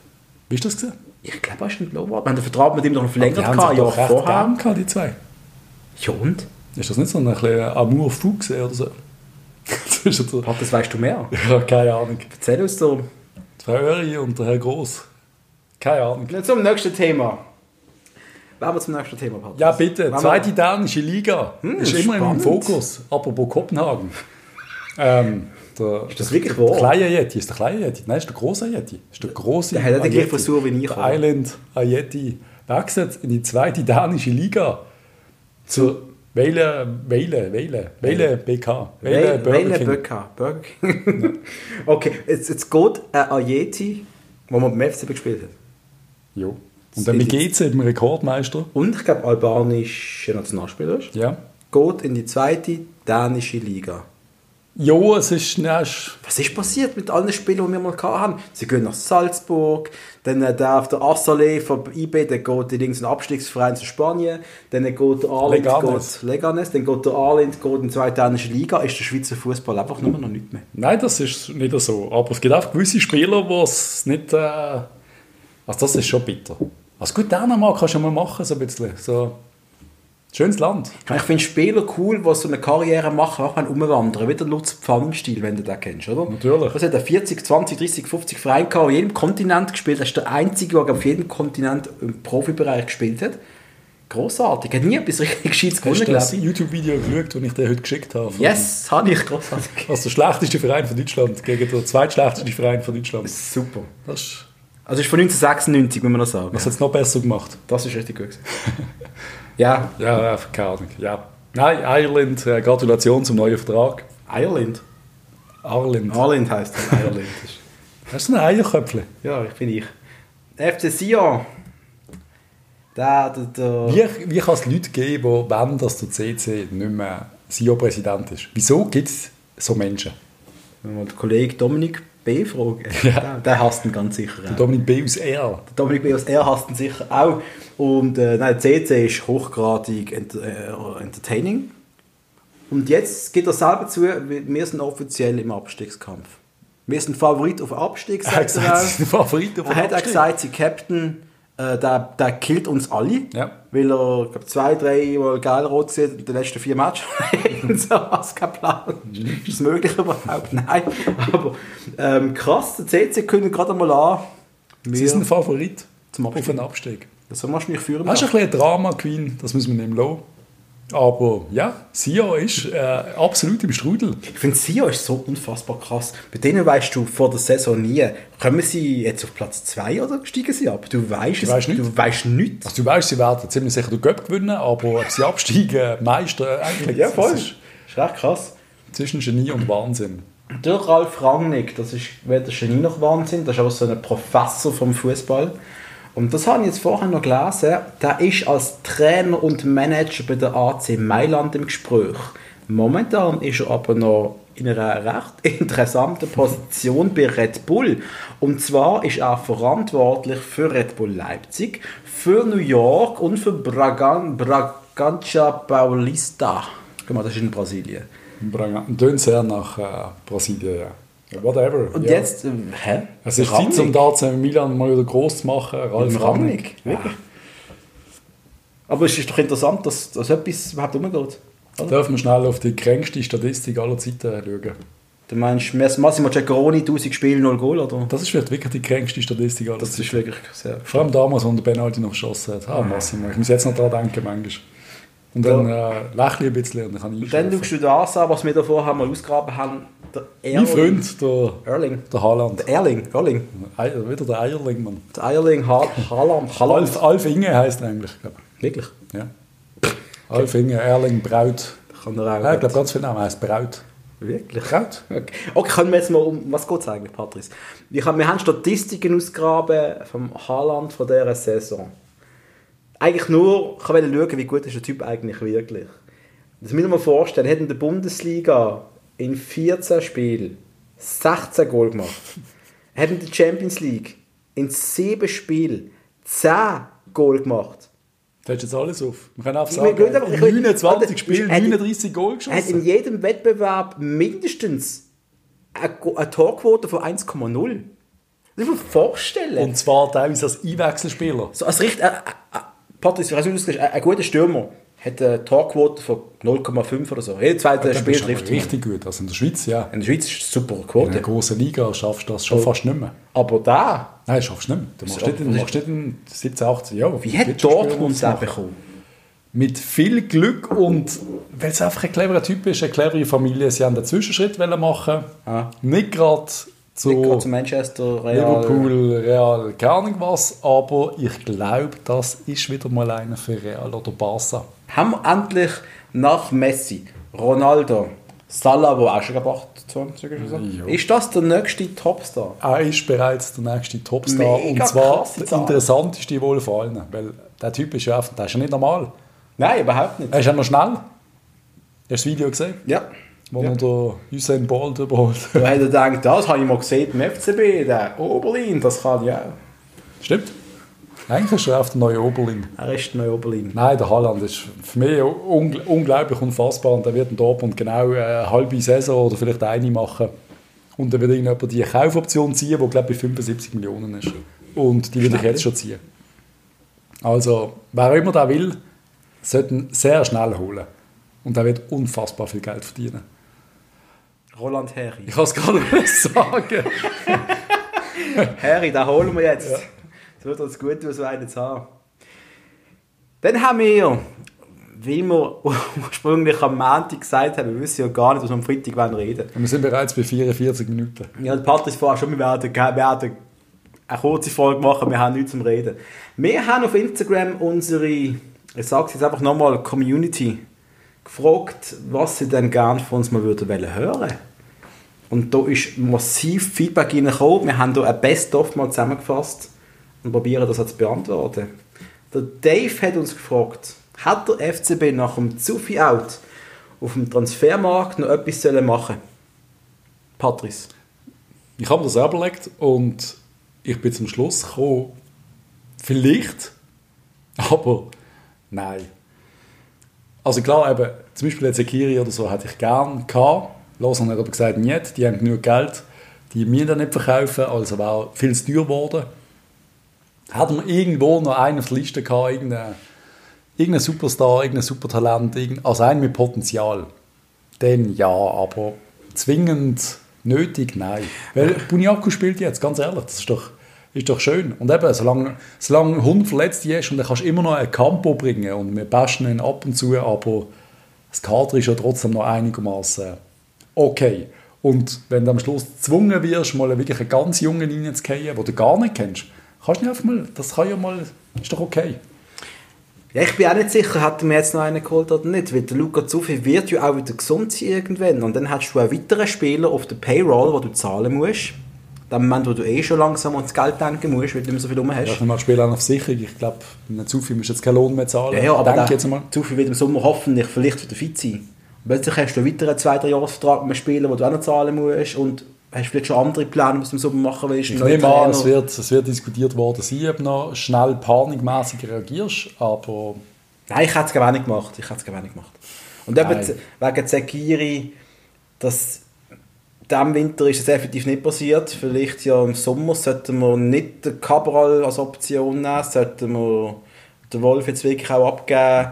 B: Wie ist das gewesen?
A: Ich glaube, er ist entlassen worden. Wir haben den Vertrag mit ihm noch verlängert,
B: Die haben
A: gehabt, ein
B: sich
A: Jahr
B: doch recht
A: vorher.
B: gern gehabt, die zwei.
A: Ja und?
B: Ist das nicht so ein bisschen Amour fou gewesen oder so? das ist ja so-
A: Ach, das weißt du mehr.
B: Ich habe keine Ahnung.
A: Erzähl uns doch.
B: Die Frau Öri und der Herr Gross. Keine Ahnung.
A: Jetzt zum nächsten Thema. Wollen wir zum nächsten Thema, Patrick?
B: Ja, bitte.
A: Wollen wir-
B: Zweite dänische Liga. ist immer im
A: Hm, spannend.
B: Fokus. Apropos Kopenhagen. ähm, der, ist
A: das wirklich
B: Der
A: wahr?
B: kleine Yeti. Ist der kleine Yeti? Nein, ist der große Yeti. Ist der große
A: Der hat ja die
B: Ayeti.
A: gleiche Frisur wie ich,
B: Der
A: oder?
B: Island Ayeti wechselt in die zweite dänische Liga. Zur Weile, Weile, Weile, Weile BK. Weile Burger King.
A: Böcker. Burger King. okay, jetzt, jetzt geht ein Ayeti, wo man beim FCB gespielt hat.
B: Jo. Und dann mit GC, dem Rekordmeister.
A: Und ich glaube, albanischer Nationalspieler ist.
B: Ja.
A: Geht in die zweite dänische Liga.
B: Jo, es ist, ne, ist
A: Was ist passiert mit allen Spielern, die wir mal hatten? Sie gehen nach Salzburg, dann äh, der auf der Assalé von IB, dann geht der links ein Abstiegsverein zu Spanien, dann geht der Arlind,
B: Leganes.
A: geht Leganes, dann geht der Arlind, geht in die zweite dänische Liga, ist der Schweizer Fußball einfach nur noch nicht mehr.
B: Nein, das ist nicht so. Aber es gibt auch gewisse Spieler, die es nicht. Äh, also, das ist schon bitter. Also, gut, Dänemark kannst du mal machen, so ein bisschen. So. Schönes Land.
A: Ich finde Spieler cool, die so eine Karriere machen, auch wenn umwandern. Wie der Lutz Pfannenstiel, wenn du den kennst, oder?
B: Natürlich.
A: Das hat er 40, 20, 30, 50 Vereine gehabt, auf jedem Kontinent gespielt. Er ist der Einzige, der auf jedem Kontinent im Profibereich gespielt hat. Grossartig. Hat nie etwas richtig Gescheites
B: Hast
A: gewonnen,
B: du das
A: glaube ich.
B: YouTube-Video geschaut, das ich dir heute geschickt habe?
A: Yes, habe ich. Grossartig.
B: Also, der schlechteste Verein von Deutschland gegen den zweitschlechteste Verein von Deutschland.
A: Super.
B: Das ist
A: Also ist von 1996, muss man noch sagen.
B: Was hat es noch besser gemacht?
A: Das ist richtig gut. gewesen. ja,
B: Ja, äh, keine Ahnung. Ja. Nein, Ireland, äh, Gratulation zum neuen Vertrag.
A: Ireland.
B: Ireland.
A: Ireland heisst es. Ireland. ist-
B: Hast du ein Eierköpfle?
A: ja, ich bin ich. FC Sion. Da, da, da.
B: Wie, wie kann es Leute geben, die wollen, dass der CC nicht mehr CEO-Präsident ist? Wieso gibt es so Menschen?
A: Wenn wir den Kollegen Dominik B. fragen, äh, der, der hasst ihn ganz sicher auch.
B: Dominik B. aus E R.
A: Dominik B. aus R hasst ihn sicher auch. Und äh, nein, CC ist hochgradig ent äh, entertaining. Und jetzt geht er selber zu, wir wir sind offiziell im Abstiegskampf. Wir sind Favorit auf Abstieg,
B: Er hat
A: sagt er
B: gesagt,
A: auch.
B: sein Favorit auf
A: Er hat auch
B: Abstieg.
A: gesagt, sein Captain, äh, der, der killt uns alle.
B: Ja.
A: Weil er glaub, zwei, drei Mal geil rot sieht in den letzten vier Matches. und so was kein Plan. Ist das möglich überhaupt? Nein. Aber ähm, krass, der CC können gerade mal an.
B: Sie
A: Wir,
B: ist ein Favorit
A: Zum Abstieg.
B: auf einen Abstieg.
A: das soll man wahrscheinlich führen.
B: Das ist ein bisschen eine Drama-Queen, das müssen wir nicht lassen. Aber ja, Sia ist äh, absolut im Strudel.
A: Ich finde, Sio ist so unfassbar krass. Bei denen weißt du vor der Saison nie, kommen sie jetzt auf Platz 2 oder steigen sie ab? Du weißt es
B: weißt nicht.
A: Du weißt nichts.
B: Also du weißt, sie werden ziemlich sicher den Göpp gewinnen, aber ob sie absteigen, Meister, äh, eigentlich.
A: Ja, voll.
B: das
A: Ist
B: ist
A: echt krass.
B: Zwischen Genie und Wahnsinn.
A: Der Ralf Rangnick, das ist weder Genie noch Wahnsinn, das ist aber so ein Professor vom Fußball. Und das habe ich jetzt vorher noch gelesen, der ist als Trainer und Manager bei der AC Mailand im Gespräch. Momentan ist er aber noch in einer recht interessanten Position bei Red Bull. Und zwar ist er verantwortlich für Red Bull Leipzig, für New York und für Bragan Bragança Paulista. Guck mal, das ist in Brasilien.
B: Tönt sehr nach äh, Brasilien, ja. Ja, Whatever.
A: Und
B: ja.
A: jetzt, ähm, hä?
B: Es ist Zeit, um da zu Milan mal wieder groß zu machen. Ralf Rangnick.
A: Ramnig. Wirklich. Aber es ist doch interessant, dass, dass etwas überhaupt umgeht.
B: Da dürfen wir schnell auf die kränkste Statistik aller Zeiten schauen.
A: Du meinst, Mass- Massimo Ceccaroni, 1000 Spiele, 0 Goal, oder?
B: Das ist vielleicht wirklich die kränkste Statistik aller Zeiten.
A: ist wirklich sehr...
B: Vor allem damals, als der Benaldi noch geschossen hat. Ah, Massimo, ich muss jetzt noch daran denken manchmal. Und dann äh, lächle ich ein bisschen und dann kann ich
A: Dann
B: einschlafen.
A: schaust du das an, was wir da vorher mal ausgraben haben. Der
B: Mein
A: Erling.
B: Freund, der,
A: Erling.
B: der Haaland.
A: Der Erling. Erling.
B: Ei- Wieder der Eierling, Mann.
A: Der Erling ha Haaland.
B: Alf,
A: Haaland.
B: Alf Inge heisst er eigentlich, glaube
A: Wirklich.
B: ich. Ja. Alf Inge, Erling, Braut.
A: Kann er auch.
B: Ja, ich glaube, ganz viele Namen heisst Braut.
A: Wirklich.
B: Braut?
A: Okay. okay, können wir jetzt mal um. Was geht es eigentlich, Patrice? Ich hab, wir haben Statistiken ausgegraben vom Haaland von dieser Saison. Eigentlich nur, ich wollte schauen, wie gut ist der Typ eigentlich wirklich. Das müssen wir mal vorstellen. Er hat in der Bundesliga in 14 Spielen 16 Goal gemacht. Er hat in der Champions League in 7 Spielen 10 Goal gemacht.
B: Da hast du jetzt alles auf. Wir können einfach
A: Ich will nicht,
B: sagen,
A: aber ich will-
B: in 29
A: Warte,
B: Spielen,
A: er hat-
B: 39 Goal
A: Er hat in
B: geschossen.
A: jedem Wettbewerb mindestens eine Go- eine Torquote von 1,0. Das muss man vorstellen.
B: Und zwar teilweise als Einwechselspieler.
A: so als richtig, äh, äh, äh, Patrice, ich weiß nicht, wie du das siehst, ein, ein guter Stürmer hat eine Torquote von 0,5 oder so. Jeder zweite
B: Dann
A: Spiel
B: bist du aber
A: trifft. ihn.
B: richtig gut. Also in der Schweiz, ja.
A: In der Schweiz ist es eine super
B: In
A: Quote.
B: der grossen Liga schaffst du das schon fast nicht mehr.
A: Aber da,
B: Nein, schaffst du nicht mehr. Du machst nicht, du machst nicht in 17, 18 Jahren.
A: wie hat Dortmund den bekommen?
B: Mit viel Glück und weil es einfach ein cleverer Typ ist, eine clevere Familie. Sie haben einen Zwischenschritt wollen machen
A: Ah.
B: Nicht gerade zu
A: Nicht gerade zu Manchester, Real.
B: Liverpool, Real, keine Ahnung was. Aber ich glaube, das ist wieder mal einer für Real oder Barca.
A: Haben wir endlich nach Messi, Ronaldo, Salah, der auch schon glaub, 28 ist, oder so.
B: Ja.
A: ist das der nächste Topstar?
B: Er ist bereits der nächste Topstar.
A: Mega
B: und zwar
A: krasse
B: der
A: Zahl.
B: interessanteste wohl von allen. Weil der Typ ist ja einfach, der ist ja nicht normal.
A: Nein, überhaupt nicht.
B: Er ist auch noch schnell. Hast du das Video gesehen?
A: Ja.
B: Wo ja. der Usain Bolt überholt.
A: Da hat er gedacht, das habe ich mal gesehen im FCB, der Oberlin, das kann ja auch.
B: Stimmt. Eigentlich ist er auf der neue Oberlin.
A: Er ist neu Oberlin.
B: Nein, der Haaland ist für mich un unglaublich unfassbar und der wird in Dortmund genau eine halbe Saison oder vielleicht eine machen. Und dann wird irgendjemand die Kaufoption ziehen, die glaube ich bei 75 Millionen ist. Und die würde ich jetzt schon ziehen. Also, wer auch immer da will, sollte ihn sehr schnell holen. Und der wird unfassbar viel Geld verdienen.
A: Roland Harry.
B: Ich kann es gar nicht sagen.
A: Harry, den holen wir jetzt. Das wird uns gut tun, so einen zu haben. Dann haben wir, wie wir ursprünglich am Montag gesagt haben, wir wissen ja gar nicht, was wir am Freitag reden wollen.
B: Und wir sind bereits bei 44 Minuten.
A: Ja, der Patrick vorher schon, wir werden, wir werden eine kurze Folge machen, wir haben nichts zum Reden. Wir haben auf Instagram unsere, ich sage es jetzt einfach nochmal, Community gefragt, was sie denn gerne von uns mal würden wollen hören. Und da ist massiv Feedback reingekommen. Wir haben hier ein Best-of mal zusammengefasst und probieren das jetzt zu beantworten. Der Dave hat uns gefragt, hat der FCB nach dem Zufi Out auf dem Transfermarkt noch etwas sollen machen Patrice.
B: Ich habe mir das auch überlegt und ich bin zum Schluss gekommen, vielleicht, aber nein. Also klar, eben, zum Beispiel jetzt Sekiri oder so hätte ich gern gehabt. Lausanne hat aber gesagt, nicht, die haben genug Geld, die mir dann nicht verkaufen, also war viel zu teuer geworden. Hätten wir irgendwo noch einen auf der Liste gehabt, irgendeinen irgendein Superstar, irgendein Supertalent, irgendein, also einen mit Potenzial, dann ja, aber zwingend nötig, nein. Weil Buniaku spielt jetzt, ganz ehrlich, das ist doch, ist doch schön. Und eben, solange, solange 100 Verletzte hast und dann kannst du immer noch einen Campo bringen und wir bashen ihn ab und zu, aber das Kader ist ja trotzdem noch einigermaßen okay. Und wenn du am Schluss gezwungen wirst, mal wirklich einen ganz jungen reinzukehren, den du gar nicht kennst, kannst du nicht einfach mal, das kann ja mal, ist doch okay.
A: Ja, ich bin auch nicht sicher, hat er mir jetzt noch einen geholt oder nicht, weil der Luca Zuffi wird ja auch wieder gesund sein irgendwann und dann hast du einen weiteren Spieler auf der Payroll, wo du zahlen musst. Dem Moment, wo du eh schon langsam ans Geld denken musst, weil du nicht mehr so viel rum
B: Ja,
A: hast.
B: dann machst du Spiel auch noch auf Sicherung. Ich glaube, wenn zu viel musst du jetzt keinen Lohn mehr zahlen.
A: Ja, ja, aber
B: Denk
A: der
B: jetzt mal.
A: Zuffi wird im Sommer hoffentlich vielleicht wieder fit sein. Und plötzlich hast du einen weiteren zwei, drei Jahresvertrag mit einem Spieler, den du auch noch zahlen musst und hast vielleicht schon andere Pläne, was du im Sommer machen willst.
B: Ich
A: einen neuen
B: nehme an,
A: Trainer.
B: es wird, es wird diskutiert worden sein, ob du noch schnell panikmäßig reagierst, aber
A: Nein, ich hätte es gar nicht gemacht. Ich hätte es gar nicht gemacht. Und eben
B: Nein.
A: z- wegen Zekiri, das diesem Winter ist es effektiv nicht passiert. Vielleicht ja im Sommer sollten wir nicht den Cabral als Option nehmen, sollten wir den Wolf jetzt wirklich auch abgeben.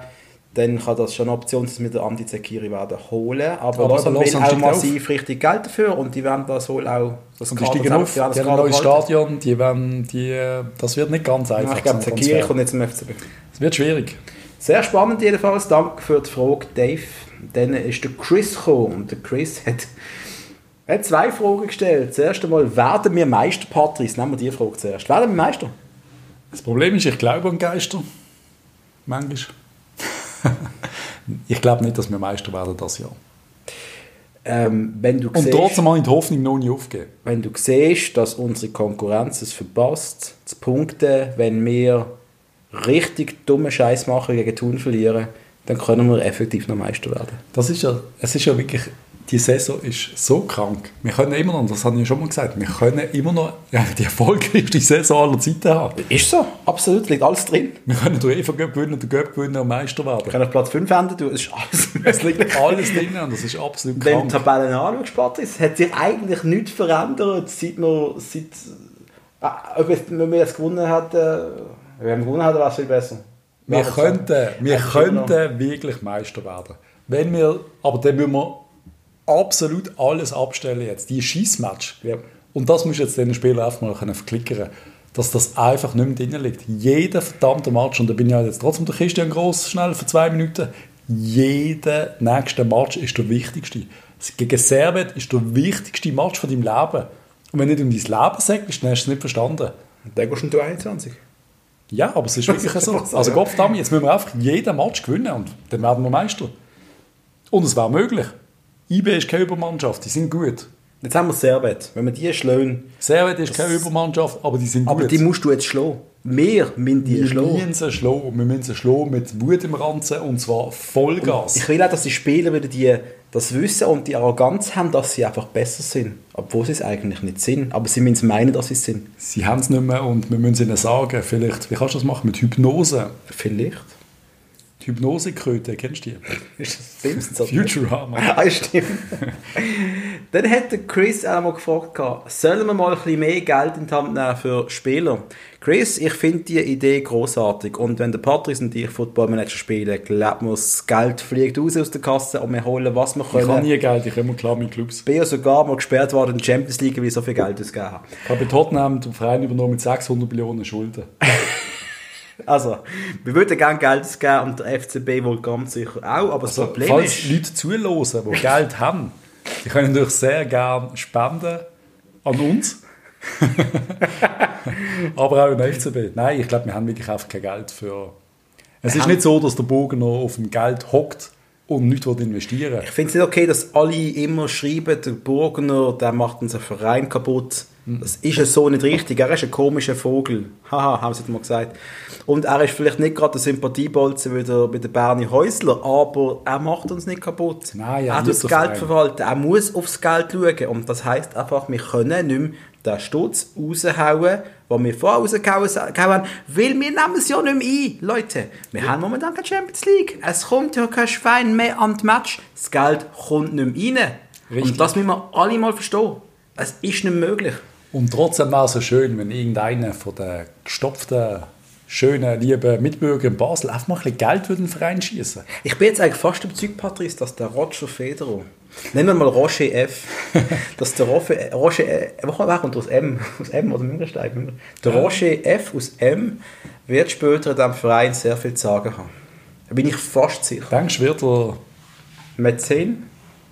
A: Dann kann das schon eine Option sein, dass wir den Andi Zekiri werden holen. Aber
B: Aber
A: Lausanne will
B: Lausanne
A: auch
B: steigt auf.
A: massiv richtig Geld dafür und die werden das wohl auch... Das
B: und die
A: Kader
B: steigen
A: selbst-
B: auf,
A: ja,
B: die haben ein
A: Kader
B: neues
A: behalten.
B: Stadion, die werden, die, das wird nicht ganz einfach.
A: Ja, ich glaube,
B: so ein
A: Zekiri
B: Transfer.
A: kommt jetzt zum FCB.
B: Es wird schwierig.
A: Sehr spannend jedenfalls. Danke für die Frage, Dave. Dann ist der Chris gekommen und der Chris hat, hat zwei Fragen gestellt. Zuerst einmal, werden wir Meister, Patrice? Nehmen wir die Frage zuerst. Werden wir Meister?
B: Das Problem ist, ich glaube an Geister. Manchmal. ich glaube nicht, dass wir Meister werden das Jahr.
A: Ähm, wenn, du
B: Und
A: siehst,
B: trotzdem habe ich die Hoffnung noch nie aufgegeben.
A: wenn du siehst, dass unsere Konkurrenz es verpasst, zu punkten, wenn wir richtig dummen Scheiß machen gegen Thun verlieren, dann können wir effektiv noch Meister werden.
B: Das ist ja, es ist ja wirklich, die Saison ist so krank. Wir können immer noch, das habe ich ja schon mal gesagt, wir können immer noch ja, die erfolgreichste Saison aller Zeiten haben.
A: Ist so, absolut, liegt alles drin.
B: Wir können eh den UEFA Cup gewinnen, den Cup gewinnen und Meister
A: Wir
B: werden.
A: können auf Platz 5 enden, du, es ist alles, es liegt
B: Alles drin und das ist absolut
A: Wenn die
B: krank.
A: Tabellen anschaust, Patrice, hat sich eigentlich nichts verändert, seit wir, seit, ah, ob jetzt, wenn wir jetzt gewonnen hätten, wenn wir gewonnen hätten, wäre es viel besser.
B: Wir
A: Wäre
B: könnten,
A: jetzt-
B: wir
A: hätte ich immer noch-
B: könnten wirklich Meister werden. Wenn wir, aber dann müssen wir absolut alles abstellen jetzt. Die Schießmatch.
A: Ja.
B: Und das musst du jetzt den Spielern einfach mal können verklickern, dass das einfach nicht mehr drin liegt. Jeder verdammte Match, und da bin ich halt jetzt trotzdem der Christian Gross schnell für zwei Minuten, jeder nächste Match ist der wichtigste. Gegen Servet ist der wichtigste Match von deinem Leben. Und wenn du nicht um dein Leben sagst, dann hast du es nicht verstanden.
A: Dann gehst du in die 21.
B: Ja, aber es ist wirklich so.
A: ist so,
B: Also
A: ja.
B: Gott verdammt, jetzt müssen wir einfach jeden Match gewinnen und dann werden wir Meister. Und es wäre möglich. IB ist keine Übermannschaft, die sind gut.
A: Jetzt haben wir Servet. Wenn wir die schlagen,
B: Servet ist keine Übermannschaft, aber die sind
A: aber
B: gut.
A: die musst du jetzt schlagen. Wir müssen die
B: wir
A: schlagen.
B: müssen sie schlagen. Und Wir müssen sie schlagen mit Mut im Ranzen und zwar Vollgas.
A: Ich will auch, dass die Spieler wieder die, das Wissen und die Arroganz haben, dass sie einfach besser sind. Obwohl sie es eigentlich nicht sind. Aber sie müssen meinen, dass sie es sind.
B: sie haben es nicht mehr und wir müssen ihnen sagen, vielleicht, wie kannst du das machen? Mit Hypnose.
A: Vielleicht.
B: Die Hypnosekröte, kennst du die?
A: Ist das Simpsons? oder nicht?
B: Futurama.
A: Ah, stimmt. Dann hat der Chris auch noch mal gefragt, gehabt, sollen wir mal ein bisschen mehr Geld in die Hand nehmen für Spieler? Chris, ich finde die Idee großartig und wenn der Patrice und ich Football Manager spielen, glaubt mir, das Geld fliegt raus aus der Kasse und wir holen, was wir
B: Ich habe
A: können.
B: nie Geld, ich komme klar mit Clubs.
A: Ich bin ja sogar mal gesperrt worden in der Champions League, weil ich so viel Geld ausgegeben habe.
B: Ich habe bei Tottenham den Verein übernommen mit 600 Millionen Schulden.
A: Also, wir würden gerne Geld ausgeben und der FCB wohl ganz sicher auch, aber das Problem
B: Also, Falls
A: ist...
B: Leute zuhören, die Geld haben, die können natürlich sehr gerne spenden an uns. Aber auch im FCB. Nein, ich glaube, wir haben wirklich einfach kein Geld für. Es ist nicht so, dass der Bogen noch auf dem Geld hockt und nichts will investieren
A: Ich finde es nicht okay, dass alle immer schreiben, der Burgner, der macht unseren Verein kaputt. Das ist ja so nicht richtig. Er ist ein komischer Vogel. Haha, haben sie mal gesagt. Und er ist vielleicht nicht gerade der Sympathiebolzen wie der, wie der Bernie Häusler, aber er macht uns nicht kaputt.
B: Nein, er
A: er tut das
B: liebt den
A: Geld
B: Verein.
A: verwalten. Er muss aufs Geld schauen. Und das heisst einfach, wir können nicht mehr den Stutz raushauen, den wir vorher rausgehauen haben, weil wir nehmen es ja nicht mehr ein. Leute, wir haben momentan keine Champions League. Es kommt ja kein Schwein mehr an die Match. Das Geld kommt nicht mehr rein.
B: Richtig.
A: Und das müssen wir alle mal verstehen. Es ist nicht möglich.
B: Und trotzdem wäre es so schön, wenn irgendeiner von den gestopften, schönen, lieben Mitbürgern in Basel einfach mal ein bisschen Geld für den Verein schießen
A: Ich bin jetzt eigentlich fast überzeugt, Patrice, dass der Roger Federer, nennen wir mal Roger F., dass der Rofe, äh, Roger, äh, wer kommt aus M? Aus M oder Müngersteig? Münger- Der Roger F. aus M. wird später in diesem Verein sehr viel zu sagen haben. Da bin ich fast sicher.
B: Denkst du, wird er
A: Mäzen,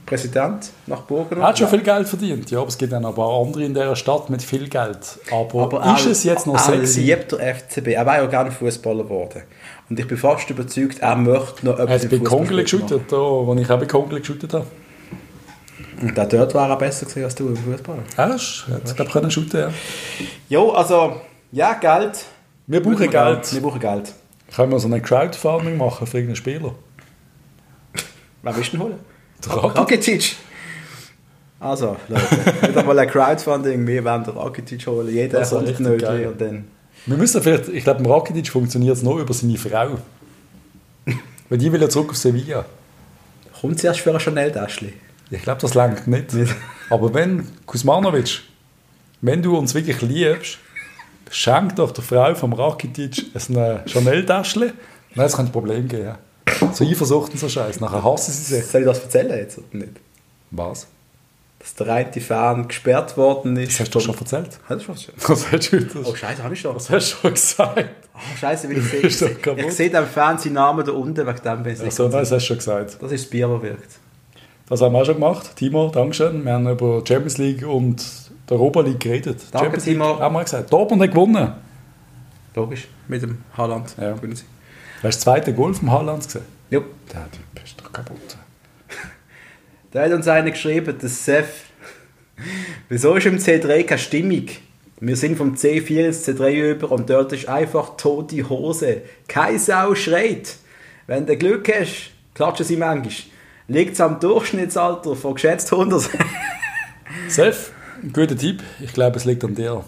A: Präsident nach Burgenland.
B: er hat schon viel Geld verdient? Ja, aber es gibt auch noch ein paar andere in dieser Stadt mit viel Geld. Aber, ist
A: er-
B: es jetzt noch
A: er
B: sexy?
A: liebt der FCB. Er wäre ja gerne Fußballer geworden. Und ich bin fast überzeugt, er möchte noch
B: Er hat bei
A: im Fußball
B: Kongel
A: machen.
B: geschüttet, da, wo ich auch bei Kongel geschüttet habe.
A: Und auch dort wäre er besser gewesen als du im Fußball.
B: Er ist, er hat, glaube ich, schütten ja.
A: Jo, also, ja, Geld.
B: Wir brauchen
A: Würden
B: Geld.
A: Wir brauchen Geld.
B: Können wir so eine Crowdfarming machen für irgendeinen Spieler?
A: Wer willst du denn holen?
B: Der Rakitic.
A: Rakitic. Also, Leute, wieder mal ein Crowdfunding. Wir werden den Rakitic holen. Jeder
B: Das wär
A: 100
B: richtig geil.
A: Nötchen und dann...
B: Wir müssen vielleicht, ich glaube, im Rakitic funktioniert es noch über seine Frau. Weil die will ja zurück auf Sevilla.
A: Kommt sie erst für ein Chanel-Täschchen?
B: Ich glaube, das langt nicht. Aber wenn, Kuzmanovic, wenn du uns wirklich liebst, schenk doch der Frau vom Rakitic ein Chanel-Täschchen. Nein, es könnte ein Problem geben. ja. So Eifersucht und so Scheiß. Nachher hassen sie sich.
A: Soll ich das erzählen jetzt oder nicht?
B: Was?
A: Dass der eine Fan gesperrt worden ist.
B: Das hast du schon erzählt.
A: Hat er schon erzählt?
B: Das hast du, das,
A: Oh, scheiße, habe ich schon.
B: das hast du schon gesagt.
A: Oh, scheiße, weil ich sehe... Ich
B: Ist doch
A: sehe
B: kaputt.
A: ich sehe den Fan seinen Namen da unten, wegen dem bin ich nicht
B: Also, nein,
A: ganz-
B: das hast du schon gesagt.
A: Das ist das Bier, das wirkt.
B: Das haben wir auch schon gemacht. Timo, Dankeschön. Wir haben über die Champions League und die Europa League geredet. Die
A: Danke,
B: Champions League
A: Timo.
B: Haben wir gesagt. Dortmund hat gewonnen.
A: Logisch. Mit dem Haaland.
B: Ja.
A: Gewinnen sie.
B: Hast du das zweite Goal vom Haaland gesehen?
A: Jo.
B: Der Typ ist doch kaputt.
A: Da hat uns einer geschrieben, der Seth. Wieso ist im C3 keine Stimmung? Wir sind vom C4 ins C3 über und dort ist einfach tote Hose. Keine Sau schreit. Wenn du Glück hast, klatschen sie manchmal. Liegt es am Durchschnittsalter von geschätzt 100?
B: Sef, ein guter Tipp. Ich glaube, es liegt an dir.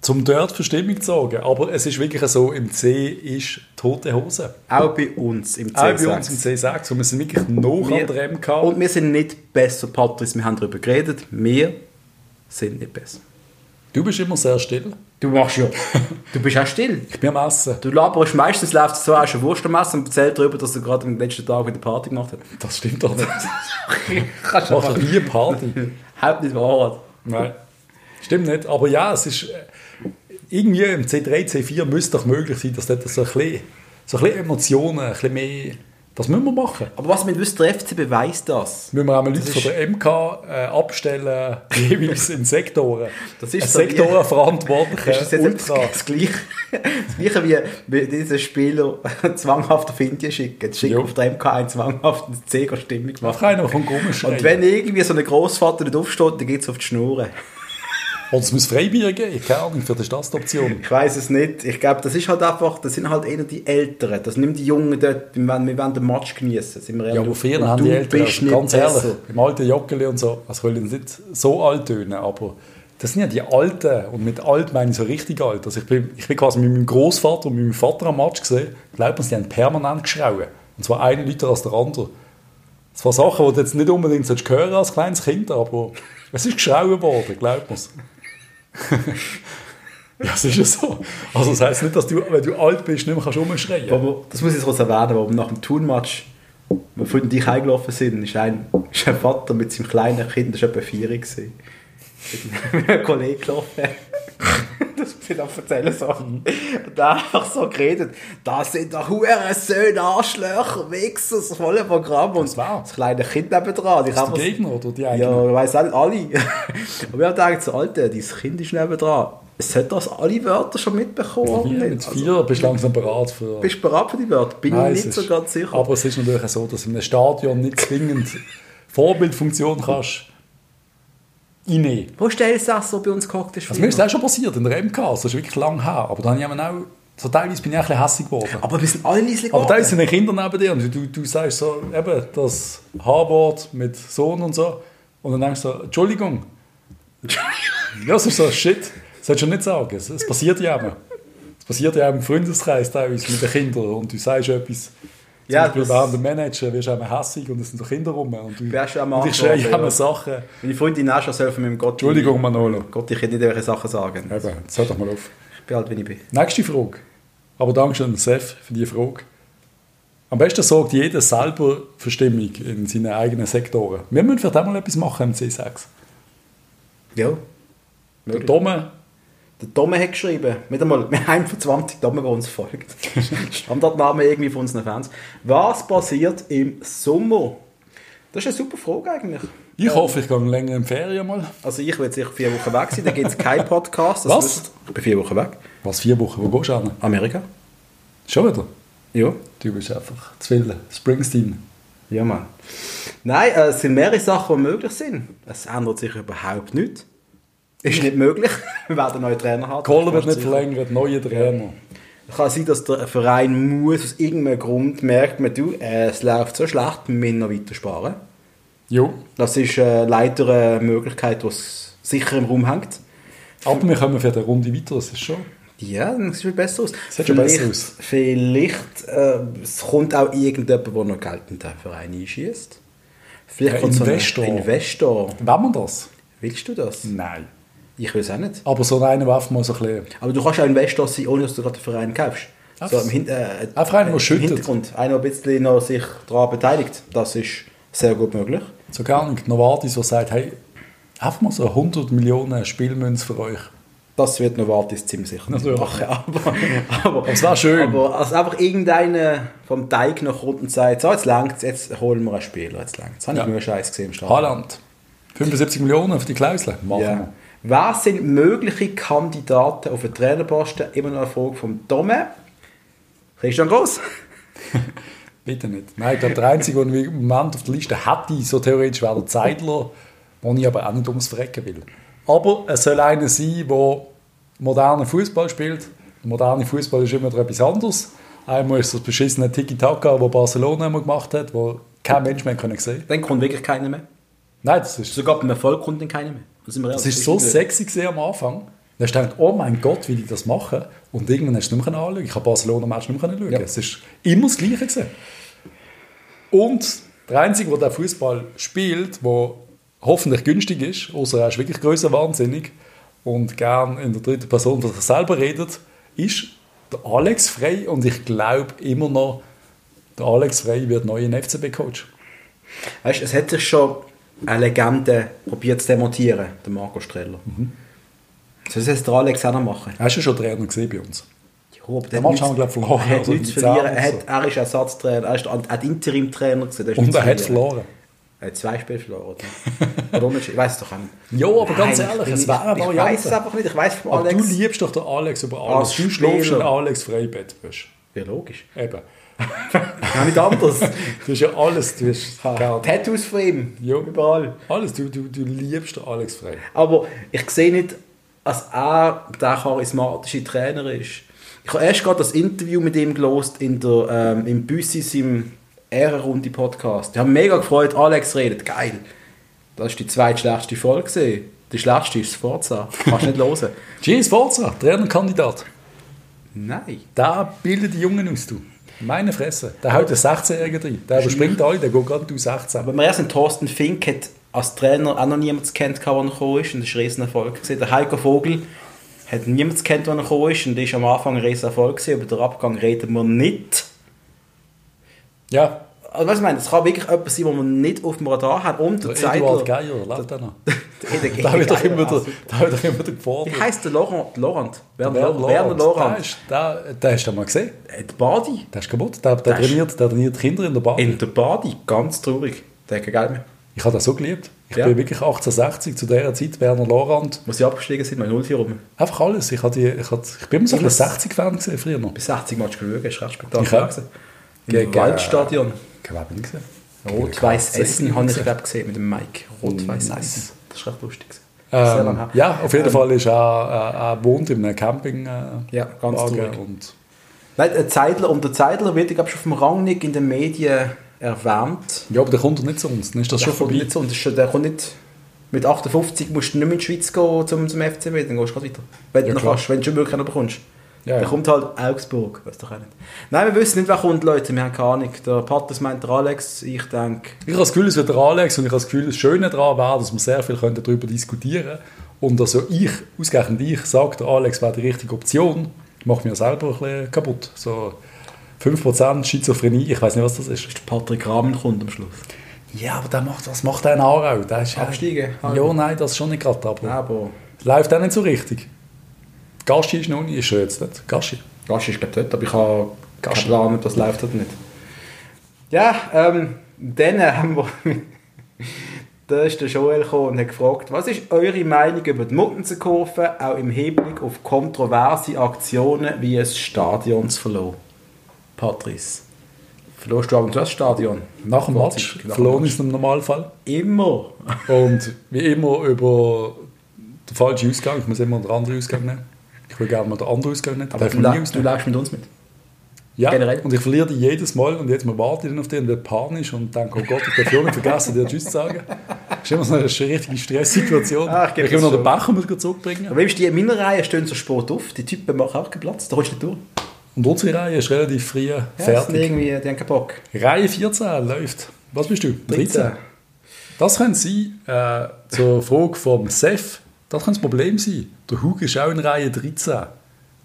B: Zum dort für Stimmung zu sorgen. Aber es ist wirklich so, im C ist tote Hose.
A: Auch bei uns im
B: Auch
A: C6.
B: bei uns im C6. Und wir sind wirklich noch an der MK.
A: wir, und wir sind nicht besser, Patrice. Wir haben darüber geredet. Wir sind nicht besser.
B: du bist immer sehr still.
A: Du machst ja. Du bist auch still.
B: Ich bin am Essen.
A: Du laberst meistens, läuft es so auch schon Wurst am Essen und erzählt darüber, dass du gerade am letzten Tag eine Party gemacht hast.
B: Das stimmt doch nicht.
A: Kannst
B: Mach doch nie eine Party.
A: Haupt nicht wahr. halt.
B: Nein. Stimmt nicht. Aber ja, es ist. äh, Irgendwie im C3, C4 müsste doch möglich sein, dass dort so ein bisschen, so ein bisschen Emotionen, ein bisschen mehr. Das müssen wir machen.
A: Aber was mit wissen, der FC beweist das.
B: Müssen wir auch mal Leute
A: Das
B: von
A: ist-
B: der MK äh, abstellen, jeweils in Sektoren.
A: Das ist
B: ein
A: so wie-
B: Sektorenverantwortlicher.
A: Ist das jetzt
B: Äh, Ultra.
A: das, das Gleiche? Das Gleiche wie, wie diesen Spieler zwanghaft auf Indien schicken. Jetzt schickt
B: Jo.
A: auf der MK einen zwanghaft eine Zega-Stimmung
B: Mach
A: machen.
B: einer, der kommt rumschreien.
A: Und wenn irgendwie so ein Großvater nicht aufsteht, dann geht es auf die Schnur.
B: Und es muss Freibier geben, keine Ahnung, für die Staatsoption.
A: Ich weiß es nicht. Ich glaube, das ist halt einfach, das sind halt eher die Älteren. Das nimmt die Jungen dort, wir wollen, wir wollen den Match genießen. Sind wir
B: Ja,
A: ehrlich.
B: aber früher
A: Und
B: haben die
A: du
B: Eltern,
A: bist
B: also
A: nicht
B: ganz
A: besser.
B: ehrlich, im alten Joggeli und so, also ich will jetzt nicht so alt tönen, aber das sind ja die Alten und mit alt meine ich so richtig alt. Also ich bin, ich bin quasi mit meinem Großvater und mit meinem Vater am Match gesehen, glaubt man, die haben permanent geschrauen. Und zwar einer lauter als der andere. Das waren Sachen, die du jetzt nicht unbedingt solltest hören als kleines Kind, aber es ist geschrauen worden, glaubt man Ja, es ist ja so. Also das heisst nicht, dass du, wenn du alt bist, nicht mehr kannst rumschreien kannst.
A: Aber das muss ich jetzt kurz erwähnen, weil nach dem Turnmatch, wo Freunde und ich eingelaufen sind, ist ein, ist ein Vater mit seinem kleinen Kind, das war etwa vier, gewesen. mit einem Kollegen gelaufen. das sind am Erzählen so.
B: Mhm.
A: Und dann einfach so geredet. Das sind doch hure Söhne, Arschlöcher, Wichser, das volle Programm. Und
B: Das war.
A: das kleine Kind nebendran. Die
B: Der Gegner oder die eigenen?
A: Ja, ich weiss auch alle. Und wir haben gedacht, so, Alter, dein Kind ist nebendran. Es hat das alle Wörter schon mitbekommen.
B: Ja, also
A: oder
B: mit
A: nicht?
B: vier bist du langsam bereit für.
A: also, Bist du bereit für die Wörter? Bin
B: Nein,
A: ich
B: es
A: nicht so
B: ist-
A: ganz sicher.
B: Aber es ist natürlich auch so, dass in einem Stadion nicht zwingend Vorbildfunktion kannst einnehmen.
A: Wo ist der Elsässer bei uns gehockt? ist
B: Also
A: früher?
B: mir ist das auch schon passiert in der MK, das ist wirklich lang her. Aber dann haben wir auch, so teilweise bin ich auch ein bisschen hässlich geworden.
A: Aber wir sind alle leise
B: Aber
A: geworden.
B: da sind die Kinder neben dir und du, du sagst so, eben, das H-Wort mit Sohn und so. Und dann denkst du so, Entschuldigung. ja, das ist so, shit, das sollst du nicht sagen. Es, es passiert ja eben. Es passiert ja auch im Freundeskreis teilweise mit den Kindern. Und du sagst etwas, zum
A: Ja,
B: Beispiel
A: das-
B: während dem Manager wirst du einmal hässig und es sind so Kinder rum. Und du,
A: Wärst du einmal
B: und ich schreie
A: angeworfen,
B: einmal
A: ja.
B: Sachen.
A: Meine Freundin auch schon helfen mit dem Gott.
B: Entschuldigung, Manolo.
A: Gott, ich hätte nicht solche Sachen sagen.
B: Eben, jetzt hör doch mal auf.
A: Ich bin halt, wie ich bin.
B: Nächste Frage. Aber danke schön, Seth, für die Frage. Am besten sorgt jeder selber für Stimmung in seinen eigenen Sektoren. Wir müssen vielleicht auch mal etwas machen im C6.
A: Ja.
B: Der Dumme,
A: Der Tome hat geschrieben, mit einmal, wir haben vor 20 Tome, der uns folgt. Standardname irgendwie von unseren Fans. Was passiert im Sommer? Das ist eine super Frage eigentlich.
B: ich hoffe, ich gehe länger in die Ferien mal.
A: Also ich werde sicher vier Wochen weg sein, dann gibt es keinen Podcast. das
B: Was?
A: wisst ihr. Ich bin vier Wochen weg.
B: Was, vier Wochen? Wo gehst du hin?
A: Amerika?
B: Schon wieder?
A: Ja.
B: Du bist einfach zu viel. Springsteen.
A: Ja, Mann. Nein, äh, es sind mehrere Sachen, die möglich sind. Es ändert sich überhaupt nichts. Ist nicht möglich. Wir werden einen neuen Trainer haben.
B: Kohle wird nicht
A: Sicher.
B: verlängert, neuer Trainer.
A: Kann sein, dass der Verein muss aus irgendeinem Grund merkt man, du, äh, es läuft so schlecht, wir müssen noch weiter sparen.
B: Jo.
A: Das ist äh, leider eine Möglichkeit, die sicher im Raum hängt.
B: Aber wir kommen für eine Runde weiter, das ist schon.
A: Ja, dann sieht es besser aus.
B: Sieht schon
A: Vielleicht-
B: besser aus.
A: Vielleicht äh, es kommt auch irgendjemand, der noch Geld in den Verein einschießt. Vielleicht
B: Ein
A: kommt
B: Investor.
A: So ein Investor.
B: Wollen wir das?
A: Willst du das?
B: Nein.
A: Ich will es auch nicht.
B: Aber so einer, der einfach mal so ein bisschen
A: Aber du kannst auch Investor sein, ohne dass du gerade den Verein kaufst.
B: Ach.
A: So im Hin äh,
B: Einfach einer, der
A: im
B: schüttet.
A: Hintergrund. Einer, der ein bisschen noch sich daran beteiligt. Das ist sehr gut möglich.
B: So gar nicht. Novartis, der sagt, hey, einfach mal so 100 Millionen Spielmünze für euch.
A: Das wird Novartis ziemlich sicher nicht
B: Natürlich.
A: machen. Aber, aber,
B: Also, es war schön.
A: Aber als einfach irgendeiner vom Teig nach unten sagt, so jetzt langt's, jetzt holen wir einen Spieler, jetzt langt's. Das habe
B: Ja.
A: ich nur Scheiß gesehen im Stadion.
B: Holland. 75 Millionen für die Klausel. Machen
A: Ja.
B: wir.
A: Wer sind mögliche Kandidaten auf den Trainerposten? Immer noch eine Frage vom Tome. Christian Gross.
B: Bitte nicht. Nein, ich glaube, der Einzige, den ich im Moment auf der Liste hätte, so theoretisch, wäre der Zeidler, den ich aber auch nicht ums Verrecken will. Aber es soll einer sein, der modernen Fußball spielt. Der moderne Fußball ist immer etwas anderes. Einmal ist das beschissene Tiki-Taka, das Barcelona immer gemacht hat, wo kein Mensch mehr sehen konnte.
A: Dann kommt wirklich keiner mehr.
B: Nein, das ist
A: Sogar beim Erfolg kommt dann keiner mehr. Das
B: Es ist so sexy gewesen am Anfang. Dann hast du gedacht, oh mein Gott, wie die das machen. Und irgendwann hast du es nicht mehr anschauen. Ich habe Barcelona-Match nicht mehr anschauen.
A: Ja.
B: Es ist immer das Gleiche. Gewesen. Und der Einzige, der den Fußball spielt, der hoffentlich günstig ist, außer er ist wirklich größer wahnsinnig und gern in der dritten Person von sich selber redet, ist der Alex Frey. Und ich glaube immer noch, der Alex Frey wird neu in FCB-Coach.
A: Weißt, du, es hat sich schon eine Legende probiert zu demontieren, der Marco Streller.
B: Mhm.
A: Soll es jetzt der Alex auch noch machen?
B: Hast du schon Trainer gesehen bei uns?
A: Ja, aber der
B: Den
A: hat
B: Match haben
A: nichts-
B: wir, glaube ich, verloren.
A: Er hat
B: Also
A: nichts zu
B: mit Zahlen
A: verlieren. Er,
B: und
A: hat, er ist Ersatztrainer, er ist ein ein Interimtrainer. gewesen, der ist
B: Und
A: nichts
B: er
A: zu
B: hat
A: verlieren.
B: verloren.
A: Er hat zwei Spiele verloren. Oder, oder unentschieden, ich weiß es doch auch nicht.
B: Ja, aber ganz
A: Nein, ich
B: ehrlich,
A: bin
B: es
A: nicht-
B: wäre eine
A: Ich
B: Variante.
A: weiß es einfach nicht, ich weiß von
B: Aber
A: Alex.
B: du liebst doch den Alex über
A: Als
B: alles. Du schläfst
A: Spieler.
B: in Alex Freibett. Weißt.
A: ja, logisch.
B: du. Eben.
A: Kann nicht anders.
B: Du hast ja alles. Du hast gerne.
A: Tattoos von ihm.
B: Ja.
A: Überall.
B: Alles. Du, du, du liebst den Alex Frey.
A: Aber ich sehe nicht, dass er der charismatische Trainer ist. Ich habe erst gerade das Interview mit ihm gelost in der, ähm, im Büssis im Ehrenrunde Podcast. Ich habe mich mega gefreut, Alex redet. Geil. Das war die zweitschlechteste Folge. gewesen. Die schlechteste ist das Forza. Kannst nicht hören.
B: James Forza, Trainerkandidat.
A: Nein.
B: Der bildet die Jungen aus, du. Meine Fresse. Der haut den 16-Jährigen rein. Der überspringt alle. Der geht gerade du 16.
A: Wenn wir erst den Thorsten Fink hat als Trainer auch noch niemand kennt, der gekommen ist, und das war ein riesen Erfolg. gewesen. Der Heiko Vogel hat niemand kennt, der gekommen ist, und das war am Anfang ein riesen Erfolg. gewesen. Über den Abgang reden wir nicht.
B: Ja.
A: Also, weißt du, ich meine, es kann wirklich etwas sein, was man nicht auf dem Radar hat. Und der
B: Der Eduard
A: Zeidler.
B: Geier, läuft da noch. Da wird doch immer der, da wird doch immer der
A: Wie
B: gefordert.
A: heisst der Laurent? Laurent. Werner
B: Werner
A: Laurent. Werner
B: Lorand.
A: Laurent.
B: Den hast- Den den hast du mal gesehen.
A: Äh, Der Badi.
B: Der ist kaputt. Der, der,
A: Der ist-
B: trainiert, der trainiert Kinder in der Bar.
A: In der Badi. Ganz traurig. Der hat kein Geld mehr.
B: Ich habe das so geliebt. Ich
A: Ja.
B: bin wirklich 1860 zu dieser Zeit Werner Lorand.
A: Muss ich abgestiegen sind, mein 04 rum.
B: Einfach alles. Ich, hatte, ich, hatte, ich bin immer so ein
A: Alles.
B: 60-Fan gesehen früher noch.
A: Bis 60 Match geschaut, ist recht
B: Ich auch.
A: spektakulär. gewesen.
B: Gegen-
A: Im Waldstadion.
B: Gewebend gesehen.
A: Rot-Weiß
B: Gegen
A: Essen
B: Karl
A: habe Oh, ich
B: Zeiss.
A: glaube gesehen mit dem Mike. Rot-Weiß
B: Nice.
A: Essen. Das ist recht lustig. gewesen. Sehr lange
B: Mm. Ähm,
A: her.
B: ja, auf jeden Fall ist er, er, er wohnt in einem Camping. Äh,
A: Ja, ganz
B: Wagen
A: traurig.
B: und
A: Nein, der Zeidler, und der Zeidler wird, glaube ich, auf dem Rangnick in den Medien erwähnt.
B: Ja, aber der kommt doch nicht zu uns. Dann ist das
A: Der
B: schon
A: kommt
B: vorbei.
A: nicht so, und das ist schon, der kommt nicht... Mit 58 musst du nicht mehr in die Schweiz gehen um zum, zum FCB, dann gehst du gerade weiter. Wenn,
B: Ja,
A: du noch
B: klar.
A: kannst, wenn du schon Möglichkeiten bekommst.
B: Ja,
A: dann
B: ja.
A: kommt halt Augsburg, weißt du auch nicht. Nein, wir wissen nicht, wer kommt, Leute, wir haben keine Ahnung. Der Patrick meint der Alex, ich denke...
B: Ich habe das Gefühl, es wird der Alex und ich habe das Gefühl, das Schöne daran wäre, dass wir sehr viel können darüber diskutieren können. Und also ich, ausgerechnet ich, sage, der Alex wäre die richtige Option. Ich mache mir selber ein bisschen kaputt. So 5% Schizophrenie, ich weiß nicht, was das ist.
A: Der Patrick Rahmen kommt am Schluss.
B: Ja, aber der macht, was macht der in Aarau? Der ist
A: Absteigen.
B: Ja, nein, das ist schon nicht gerade, aber
A: Aber...
B: es läuft auch nicht so richtig. Gaschi ist noch nicht, ist er jetzt nicht. Gaschi.
A: Gasch ist glaube dort, aber ich habe
B: Gasch.
A: keinen Plan, ob das läuft oder nicht. Ja, ähm, dann haben wir... da ist der Joel gekommen und hat gefragt, was ist eure Meinung über die Muttenzenkurve, auch im Hinblick auf kontroverse Aktionen wie ein Stadion zu verloren? Patrice, verlorst du ab und zu das Stadion?
B: Nach dem
A: Vorzeitig,
B: Match
A: nach dem
B: verloren
A: Match.
B: ist im Normalfall.
A: Immer.
B: Und wie immer über den falschen Ausgang. Ich muss immer den anderen Ausgang nehmen. Ich will gerne mal den anderen Ausgang nehmen.
A: Aber
B: Darf
A: du,
B: man nie
A: lä- du
B: ausnehmen.
A: läufst mit uns mit.
B: Ja,
A: generell.
B: und ich verliere die jedes Mal. Und jetzt mal warte ich dann auf den und werde panisch und denke, oh Gott, ich darf ja nicht vergessen, dir Tschüss zu sagen. Das ist immer so eine richtige Stresssituation.
A: Ah, ich
B: ich
A: gebe
B: immer noch
A: das
B: den Becher muss ich zurückbringen.
A: Aber weißt du, die in meiner Reihe stehen so Sport auf, die Typen machen auch keinen Platz, da kommst du nicht durch.
B: Und unsere Reihe ist relativ früh
A: Ja, das sind
B: fertig.
A: irgendwie, die haben keinen Bock.
B: Reihe 14 läuft. Was bist du? Das könnte sein, äh, zur Frage vom Sef, das könnte das Problem sein. Der Hug ist auch in Reihe 13.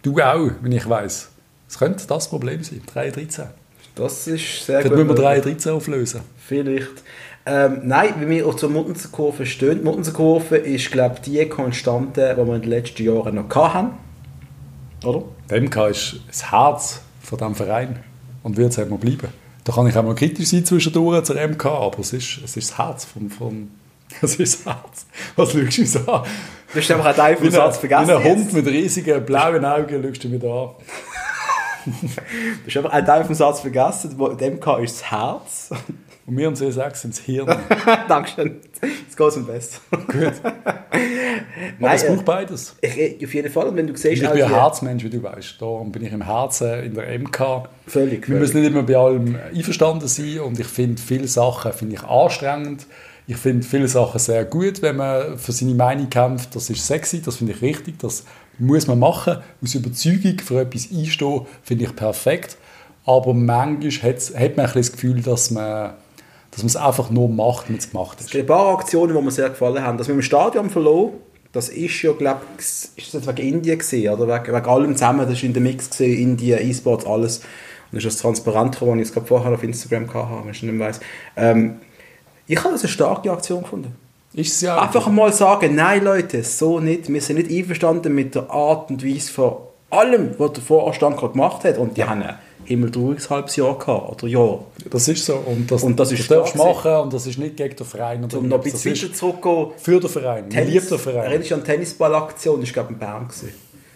B: Du auch, wenn ich weiss. Es könnte das Problem sein, die Reihe 13.
A: Das ist sehr
B: Vielleicht
A: gut.
B: müssen wir die Reihe 13 auflösen.
A: Vielleicht. Ähm, nein, wenn wir auch zur Muttenzenkurve stehen. Die Muttenzenkurve ist, glaube ich, die Konstante, die wir in den letzten Jahren noch hatten. Oder?
B: MK ist das Herz von diesem Verein und wird es immer bleiben. Da kann ich auch mal kritisch sein zwischendurch zur MK, aber es ist, es ist das Herz vom... vom es ist das Herz. Was schaust du uns an?
A: Du hast einfach einen Teil vom Satz vergessen.
B: wie ein
A: jetzt.
B: Hund mit riesigen blauen Augen schaust du mich an.
A: Du hast einfach einen Teil vom Satz vergessen. Wo in dem K ist das Herz.
B: Und wir im C6 sind das Hirn.
A: Dankeschön. Jetzt um geht es am besten.
B: Gut. Aber
A: Nein,
B: es
A: äh,
B: braucht beides.
A: ich, auf jeden Fall. Und wenn du
B: Ich
A: siehst,
B: bin
A: auch
B: ein
A: die-
B: Herzmensch, wie du weißt. Darum bin ich im Herzen in der MK.
A: Völlig,
B: Wir
A: völlig.
B: müssen nicht immer bei allem einverstanden sein. Und ich finde viele Sachen finde ich anstrengend. Ich finde viele Sachen sehr gut, wenn man für seine Meinung kämpft. Das ist sexy, das finde ich richtig, das muss man machen. Aus Überzeugung für etwas einstehen, finde ich perfekt. Aber manchmal hat's- hat man ein bisschen das Gefühl, dass man, dass man es einfach nur macht, wenn es gemacht ist.
A: Es gibt ein paar Aktionen, die mir sehr gefallen haben. Das mit dem Stadion verloren, das ist ja, glaube ich, ist das wegen Indien gewesen, oder? Wegen, wegen allem zusammen, das war in der Mix, gewesen, Indien, E-Sports, alles. Und das ist das transparent geworden, was ich jetzt gerade vorher auf Instagram hatte, wenn ich nicht mehr weiss. Ähm, ich habe das eine starke Aktion gefunden.
B: Ist es ja auch-
A: Einfach mal sagen, nein Leute, so nicht. Wir sind nicht einverstanden mit der Art und Weise von allem, was der Vorstand gerade gemacht hat. Und die haben ein himmeltrauriges halbes Jahr gehabt, oder Jahr.
B: Das ist so. Und das,
A: Und das ist
B: darfst du
A: klar
B: machen und das ist nicht gegen den Verein. Und
A: Um noch ein
B: das
A: bisschen
B: ist
A: weiter zurückzugehen.
B: Für den Verein. Man liebt den Verein.
A: Erinnerst du an die Tennisballaktion? Das war, glaube ich, in Bern. gewesen.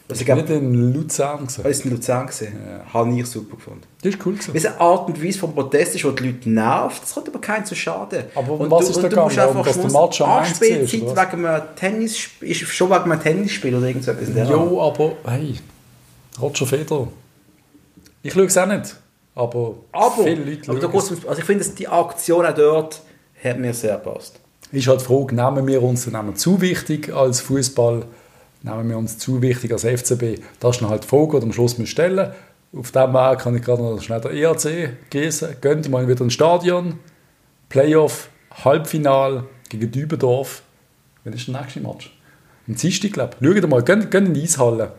A: Also, ich
B: Nicht
A: glaube,
B: in Luzern. gewesen.
A: das war in Luzern. Ja. Habe ich super gefunden.
B: Das ist cool. gewesen.
A: Weil es eine Art und Weise von Protest ist, die die Leute nervt. Das kommt aber keinem zu schaden.
B: Aber um was ist da gegangen? Um, dass der Match am 1 war,
A: Anspielzeit
B: oder was?
A: wegen einem Tennis, ist schon wegen einem Tennisspiel oder irgendetwas. in der Art.
B: Jo, aber hey, Roger Federer. Ich schaue es auch nicht. Aber,
A: aber,
B: viele Leute
A: aber da
B: schauen es.
A: geht's ums- also ich finde, dass die Aktion auch dort hat mir sehr gepasst.
B: Ist halt die Frage, nehmen wir uns den Namen zu wichtig als Fußball? Nehmen wir uns zu wichtig als FCB? Das ist dann halt die Frage, die am Schluss müssen stellen Auf diesem Weg kann ich gerade noch schnell den E ERC gießen. Geht mal wieder ins Stadion. Playoff, Halbfinal gegen Dübendorf. Wann ist der nächste Match? Am Dienstag, glaube ich. Schaut mal, geht, geht in die Eishalle.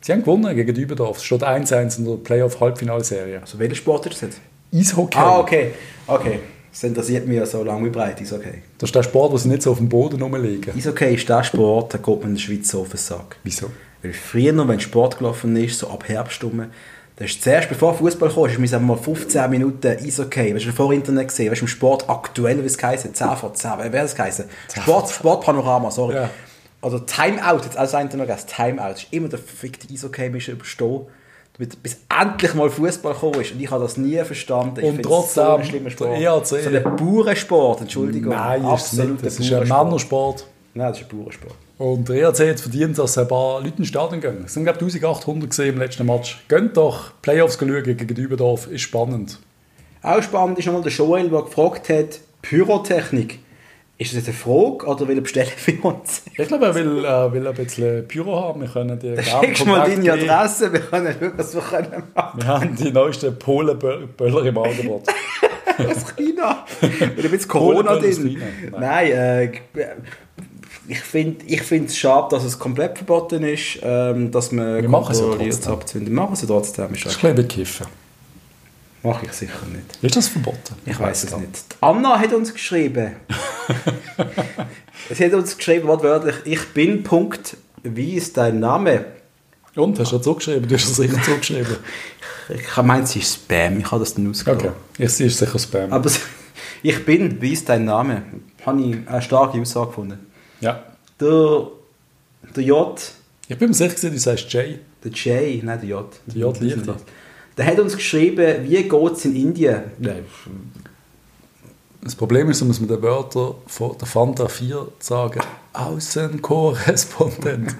B: Sie haben gewonnen gegen Dübendorf. Es steht 1-1 in der Playoff-Halbfinalserie.
A: Also welcher Sport ist das jetzt?
B: Eishockey.
A: Ah, okay. Okay. Das interessiert mich ja so lang wie breit, Eishockey.
B: Das ist der Sport, wo sie nicht so auf dem Boden rumliegen.
A: Eishockey ist der Sport, da geht man in der Schweiz so auf den Sack.
B: Wieso?
A: Weil früher, wenn Sport gelaufen ist, so ab Herbst rum, das ist zuerst, bevor Fußball kam, ist mir mal 15 Minuten Eishockey. Weißt du, vor Internet gesehen, weißt du, im Sport aktuell, wie es geheißen, 10 vor 10, wer hat es geheißen? Sport, Sportpanorama, sorry.
B: Ja.
A: Also Timeout, jetzt als Internet noch Timeout, das ist immer der verfickte Eishockey, bist du überstehen, damit bis endlich mal Fußball gekommen ist. Und ich habe das nie verstanden. Ich
B: Und
A: finde es
B: trotzdem,
A: so einen schlimmen Sport.
B: der ERC.
A: So ein Bauernsport, Entschuldigung.
B: Nein, ist es nicht.
A: Absoluter
B: Das ist ein
A: Bauernsport.
B: Männersport.
A: Nein, das ist ein Bauernsport.
B: Und der ERC hat verdient, dass ein paar Leute ins Stadion gehen. Es sind, glaube ich, 1800 gesehen im letzten Match. Geht doch Playoffs schauen gegen Dübendorf. Ist spannend.
A: Auch spannend ist nochmal der Joel, der gefragt hat, Pyrotechnik. Ist das jetzt eine Frage oder will er bestellen für uns?
B: Ich glaube, er will, äh, will ein bisschen Pyro haben. Wir können dir gerne
A: Schickst mal
B: Kontakt
A: deine
B: geben.
A: Adresse, wir können schauen, was wir können machen
B: Wir haben die neuesten Polen-Böller im Angebot.
A: aus China. Mit ein bisschen Corona
B: Polen aus
A: drin.
B: China.
A: Nein, äh, ich finde ich find's schade, dass es komplett verboten ist, ähm, dass man
B: Wir machen es ja
A: kontrolliert
B: trotzdem.
A: abzünden. Wir machen es ja trotzdem. Ist
B: Das ist
A: auch-
B: ein bisschen kiffen.
A: Mache ich sicher nicht.
B: Ist das verboten?
A: Ich weiß es nicht. Die Anna hat uns geschrieben. Sie hat uns geschrieben, wortwörtlich, ich bin Punkt, wie ist dein Name?
B: Und, hast du ja zurückgeschrieben? Du hast es sicher zurückgeschrieben.
A: Ich meine, es ist Spam, ich habe das dann ausgelassen.
B: Okay. Ich sehe es sicher Spam.
A: Aber es- ich bin, wie ist dein Name? Habe ich eine starke Aussage gefunden.
B: Ja.
A: Der, der J,
B: Ich bin mir sicher, gewesen, du sagst Jay.
A: der J, nein, der J.
B: Der J liebt dich.
A: Der hat uns geschrieben, wie geht es in Indien? Nein.
B: Das Problem ist, dass man den Wörter von der Fanta 4 sagen. Außenkorrespondent.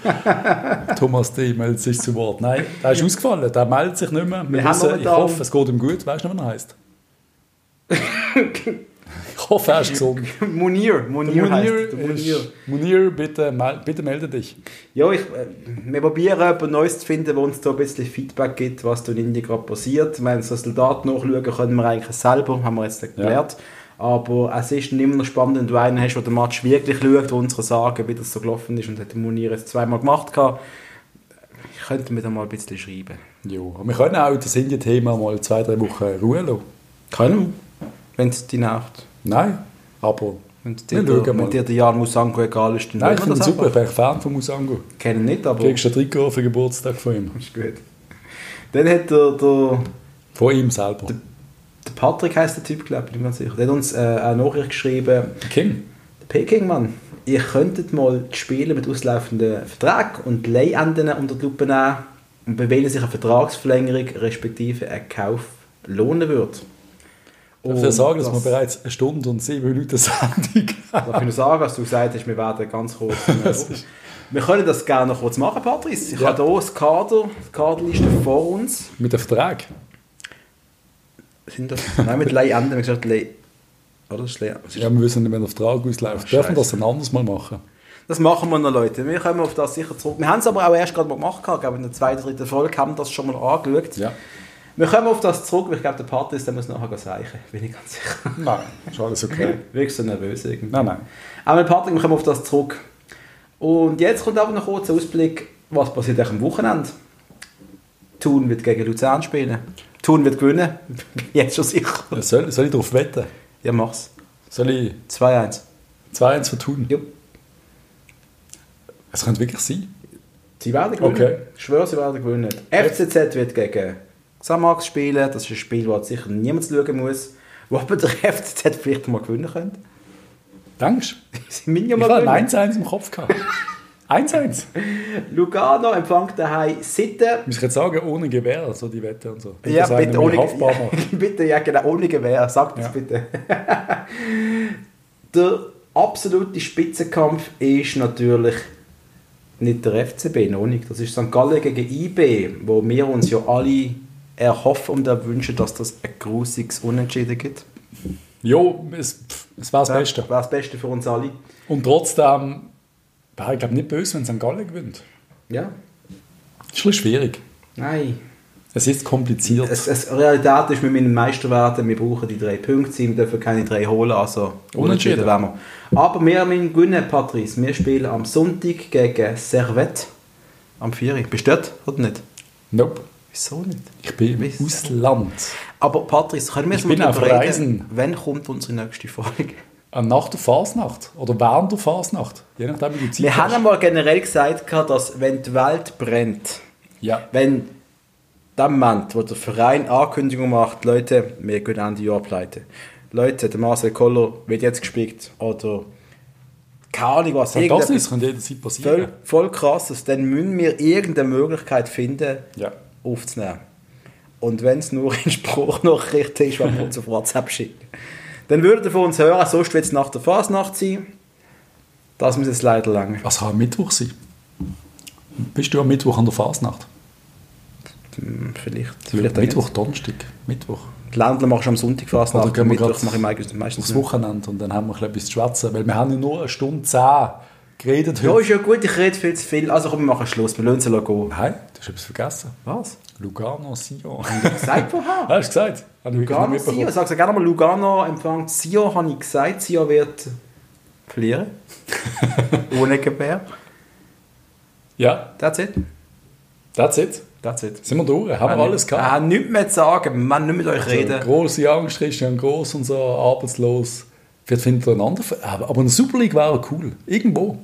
B: Thomas D. meldet sich zu Wort. Nein, der ist ausgefallen. Der meldet sich nicht mehr. Wir
A: Wir haben
B: wissen, ich
A: momentan-
B: hoffe, es geht ihm gut. Weißt du noch, wie er heißt? ich hoffe, er ist gesund.
A: Munir, Munir,
B: Munir,
A: heißt der Munir.
B: ist, Munir bitte, mel- bitte melde dich.
A: Ja, ich, äh, wir probieren jemanden Neues zu finden, der uns da ein bisschen Feedback gibt, was da in Indien gerade passiert. Wenn so Soldaten nachschauen, können wir eigentlich selber, haben wir jetzt nicht
B: Ja.
A: gelernt. Aber es ist nicht mehr spannend, wenn du einen hast, der den Match wirklich schaut, der uns kann sagen, wie das so gelaufen ist. Und das hat der Munir jetzt zweimal gemacht. gehabt. Ich könnte mir da mal ein bisschen schreiben.
B: Jo, wir können auch das Indien-Thema mal zwei, drei Wochen Ruhe lassen.
A: Können wir? Wenn es die Nacht.
B: Nein, aber
A: Wenn es
B: wir
A: dir, der-
B: schauen mal.
A: wenn dir der Jan Musango egal ist, dann
B: Nein,
A: schauen wir
B: ich finde ihn
A: das
B: super, ich
A: einfach.
B: bin echt Fan von Musango.
A: Kennen nicht, aber...
B: Du kriegst ein Trikot für den Geburtstag von ihm.
A: Ist gut. Dann hat der... der
B: Von ihm selber.
A: Der Patrick heißt der Typ, glaube ich, bin mir ganz sicher. Der hat uns äh, eine Nachricht geschrieben,
B: Kim?
A: Peking, Mann, ihr könntet mal die Spiele mit auslaufenden Verträgen und Leihenden unter die Lupe nehmen und bei wem sich eine Vertragsverlängerung respektive ein Kauf lohnen würde.
B: Darf
A: Oh,
B: ich dir sagen, dass wir bereits eine Stunde und sieben Minuten Sendung haben?
A: Darf ich nur sagen, was du gesagt hast, wir werden ganz kurz...
B: Das ist-
A: wir können das gerne noch kurz machen, Patrice. Ich
B: Ja.
A: habe hier das Kader, die Kaderliste vor uns.
B: Mit dem Vertrag?
A: Sind das... Nein, mit Leihenden, wir haben gesagt Leih... Oder? Das ist Leih...
B: Ja, wir wissen nicht, wenn der Vertrag ausläuft. Dürfen wir das dann anders mal machen?
A: Das machen wir noch, Leute. Wir kommen auf das sicher zurück. Wir haben es aber auch erst gerade mal gemacht, gehabt, glaube ich, in der zweiten, dritten Folge haben wir das schon mal angeschaut.
B: Ja.
A: Wir kommen auf das zurück, weil ich glaube, der Part ist, der muss nachher gehen reichen. Bin ich ganz sicher.
B: Nein, ist alles okay.
A: Wirklich so nervös irgendwie.
B: Nein, nein.
A: Aber mit Patrick, wir kommen auf das zurück. Und jetzt kommt aber noch kurz ein Ausblick, was passiert eigentlich am Wochenende. Thun wird gegen Luzern spielen. Thun wird gewinnen. Jetzt schon sicher.
B: Soll, soll ich darauf wetten?
A: Ja, mach's.
B: Soll ich
A: 2-1.
B: 2-1 vertun?
A: Jo.
B: Es könnte wirklich sein.
A: Sie werden gewinnen.
B: Okay.
A: Ich schwöre, sie werden gewinnen. FCZ wird gegen Xamax spielen. Das ist ein Spiel, das sicher niemand schauen muss. Wo aber der FCZ vielleicht mal gewinnen könnte.
B: Denkst du?
A: Sie müssen ja
B: Ich
A: mal
B: habe
A: gewinnen.
B: ein 1-1 im Kopf gehabt. 1-1.
A: Lugano empfängt daheim Sitten.
B: Muss ich jetzt sagen, ohne Gewehr, so die Wette und so.
A: Ja, bitte ohne,
B: Haftbar
A: ja,
B: machen.
A: bitte, ja, genau, ohne Gewehr. Sagt das
B: Ja.
A: bitte. der absolute Spitzenkampf ist natürlich nicht der FCB, noch nicht. Das ist St. Gallen gegen IB, wo wir uns ja alle erhoffen und auch wünschen, dass das ein grusiges Unentschieden gibt.
B: Jo, es, pff, es wäre das Beste.
A: Wäre das Beste für uns alle.
B: Und trotzdem wäre ich glaube nicht böse, wenn St. Gallen gewinnt.
A: Ja.
B: Ist ein bisschen schwierig.
A: Nein.
B: Es ist kompliziert.
A: Es, es, Realität ist, wir müssen Meister werden, wir brauchen die drei Punkte, wir dürfen keine drei holen, also
B: Unentschieden.
A: unentschieden werden wir. Aber wir müssen gewinnen, Patrice. Wir spielen am Sonntag gegen Servette am 4. Bist du dort oder nicht?
B: nope.
A: Wieso nicht?
B: Ich bin im
A: Wieso?
B: Ausland.
A: Aber Patrice, können wir
B: Ich
A: jetzt mal
B: bin auf
A: darüber
B: Reisen.
A: wann kommt unsere nächste Folge?
B: An nach der Fasnacht oder während der Fasnacht. Je nachdem, wie du Zeit
A: Wir haben
B: hast.
A: einmal generell gesagt, gehabt, dass wenn die Welt brennt,
B: Ja.
A: wenn der Moment, wo der Verein Ankündigung macht, Leute, wir gehen Ende Jahr pleite. Leute, der Marcel Koller wird jetzt gespickt oder keine Ahnung was.
B: Und das
A: irgendetwas
B: ist, kann jederzeit
A: voll,
B: passieren.
A: voll krasses, dann müssen wir irgendeine Möglichkeit finden,
B: Ja.
A: aufzunehmen. Und wenn es nur in Spruchnachricht ist, wenn wir uns auf WhatsApp schicken. Dann würdet ihr von uns hören, sonst wird es nach der Fasnacht sein. Das muss jetzt leider lange.
B: Was kann am Mittwoch sein? Bist du am Mittwoch an der Fasnacht?
A: Hm, Vielleicht. vielleicht
B: Vielleicht
A: auch
B: Mittwoch, Donnerstag. Mittwoch.
A: nicht. Die Ländler machst du am Sonntag Fasnacht.
B: Oder gehen wir
A: Mittwoch
B: grad
A: mache ich meistens, meistens
B: Aufs
A: nicht.
B: Wochenende und dann haben wir ein bisschen etwas zu schwätzen. Weil wir haben ja nur eine Stunde zehn geredet
A: Ja,
B: heute.
A: ist ja gut, ich rede viel zu viel. Also komm, wir machen Schluss. Wir lassen es gehen.
B: Nein, du hast etwas vergessen.
A: Was?
B: Lugano, Sion.
A: Sag woher?
B: Hast du gesagt? Habe ich wirklich
A: Lugano,
B: nicht
A: Sio.
B: mitbekommen.
A: Sag gerne mal, Lugano empfängt Sio, habe ich gesagt. Sio wird verlieren. Ohne Gebär.
B: Ja,
A: That's it.
B: that's it.
A: That's it.
B: Sind wir durch? Haben wir alles gehabt?
A: Ah, nichts mehr zu sagen. Man nicht mit euch
B: Also,
A: Ah, reden.
B: große Angst, Christian Groß und so, arbeitslos. Vielleicht findet er einen anderen. Ver- Aber aber eine Super League wäre cool. Irgendwo.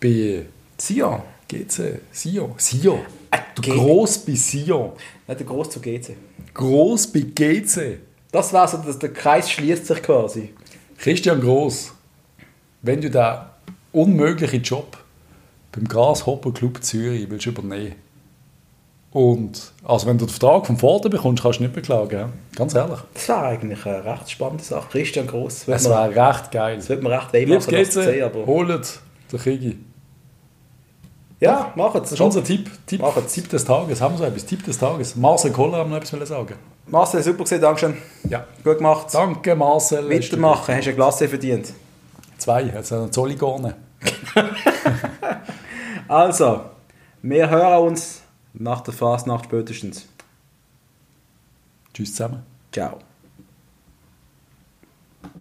B: Bei
A: Sio.
B: GC, Sion. Sion.
A: Ah,
B: Du
A: G-
B: groß bei Sion.
A: Nicht der Groß zu GC.
B: Groß bei GC.
A: Das wäre so, dass der Kreis schließt sich quasi.
B: Christian Groß, wenn du den unmöglichen Job beim Grasshopper Club Zürich willst übernehmen und also wenn du den Vertrag vom Vater bekommst, kannst du nicht beklagen. ja? Ganz ehrlich.
A: Das wäre eigentlich eine recht spannende Sache. Christian Groß.
B: Es
A: man-
B: wäre recht geil.
A: Das wird mir recht weh
B: Liebes
A: machen, das zu sehen,
B: GC,
A: aber...
B: holt den Kigi.
A: Ja, machen
B: Das
A: es.
B: ist unser Tipp. Tipp,
A: Machen's.
B: Tipp des Tages. Haben wir so etwas? Tipp des Tages. Marcel Koller haben wir noch etwas wollen sagen.
A: Marcel, super gesehen, Dankeschön.
B: Ja.
A: Gut gemacht.
B: Danke, Marcel.
A: Weitermachen, hast du eine Klasse verdient.
B: Zwei. Jetzt haben wir Zolligone.
A: Also, wir hören uns nach der Fastnacht spätestens.
B: Tschüss zusammen.
A: Ciao.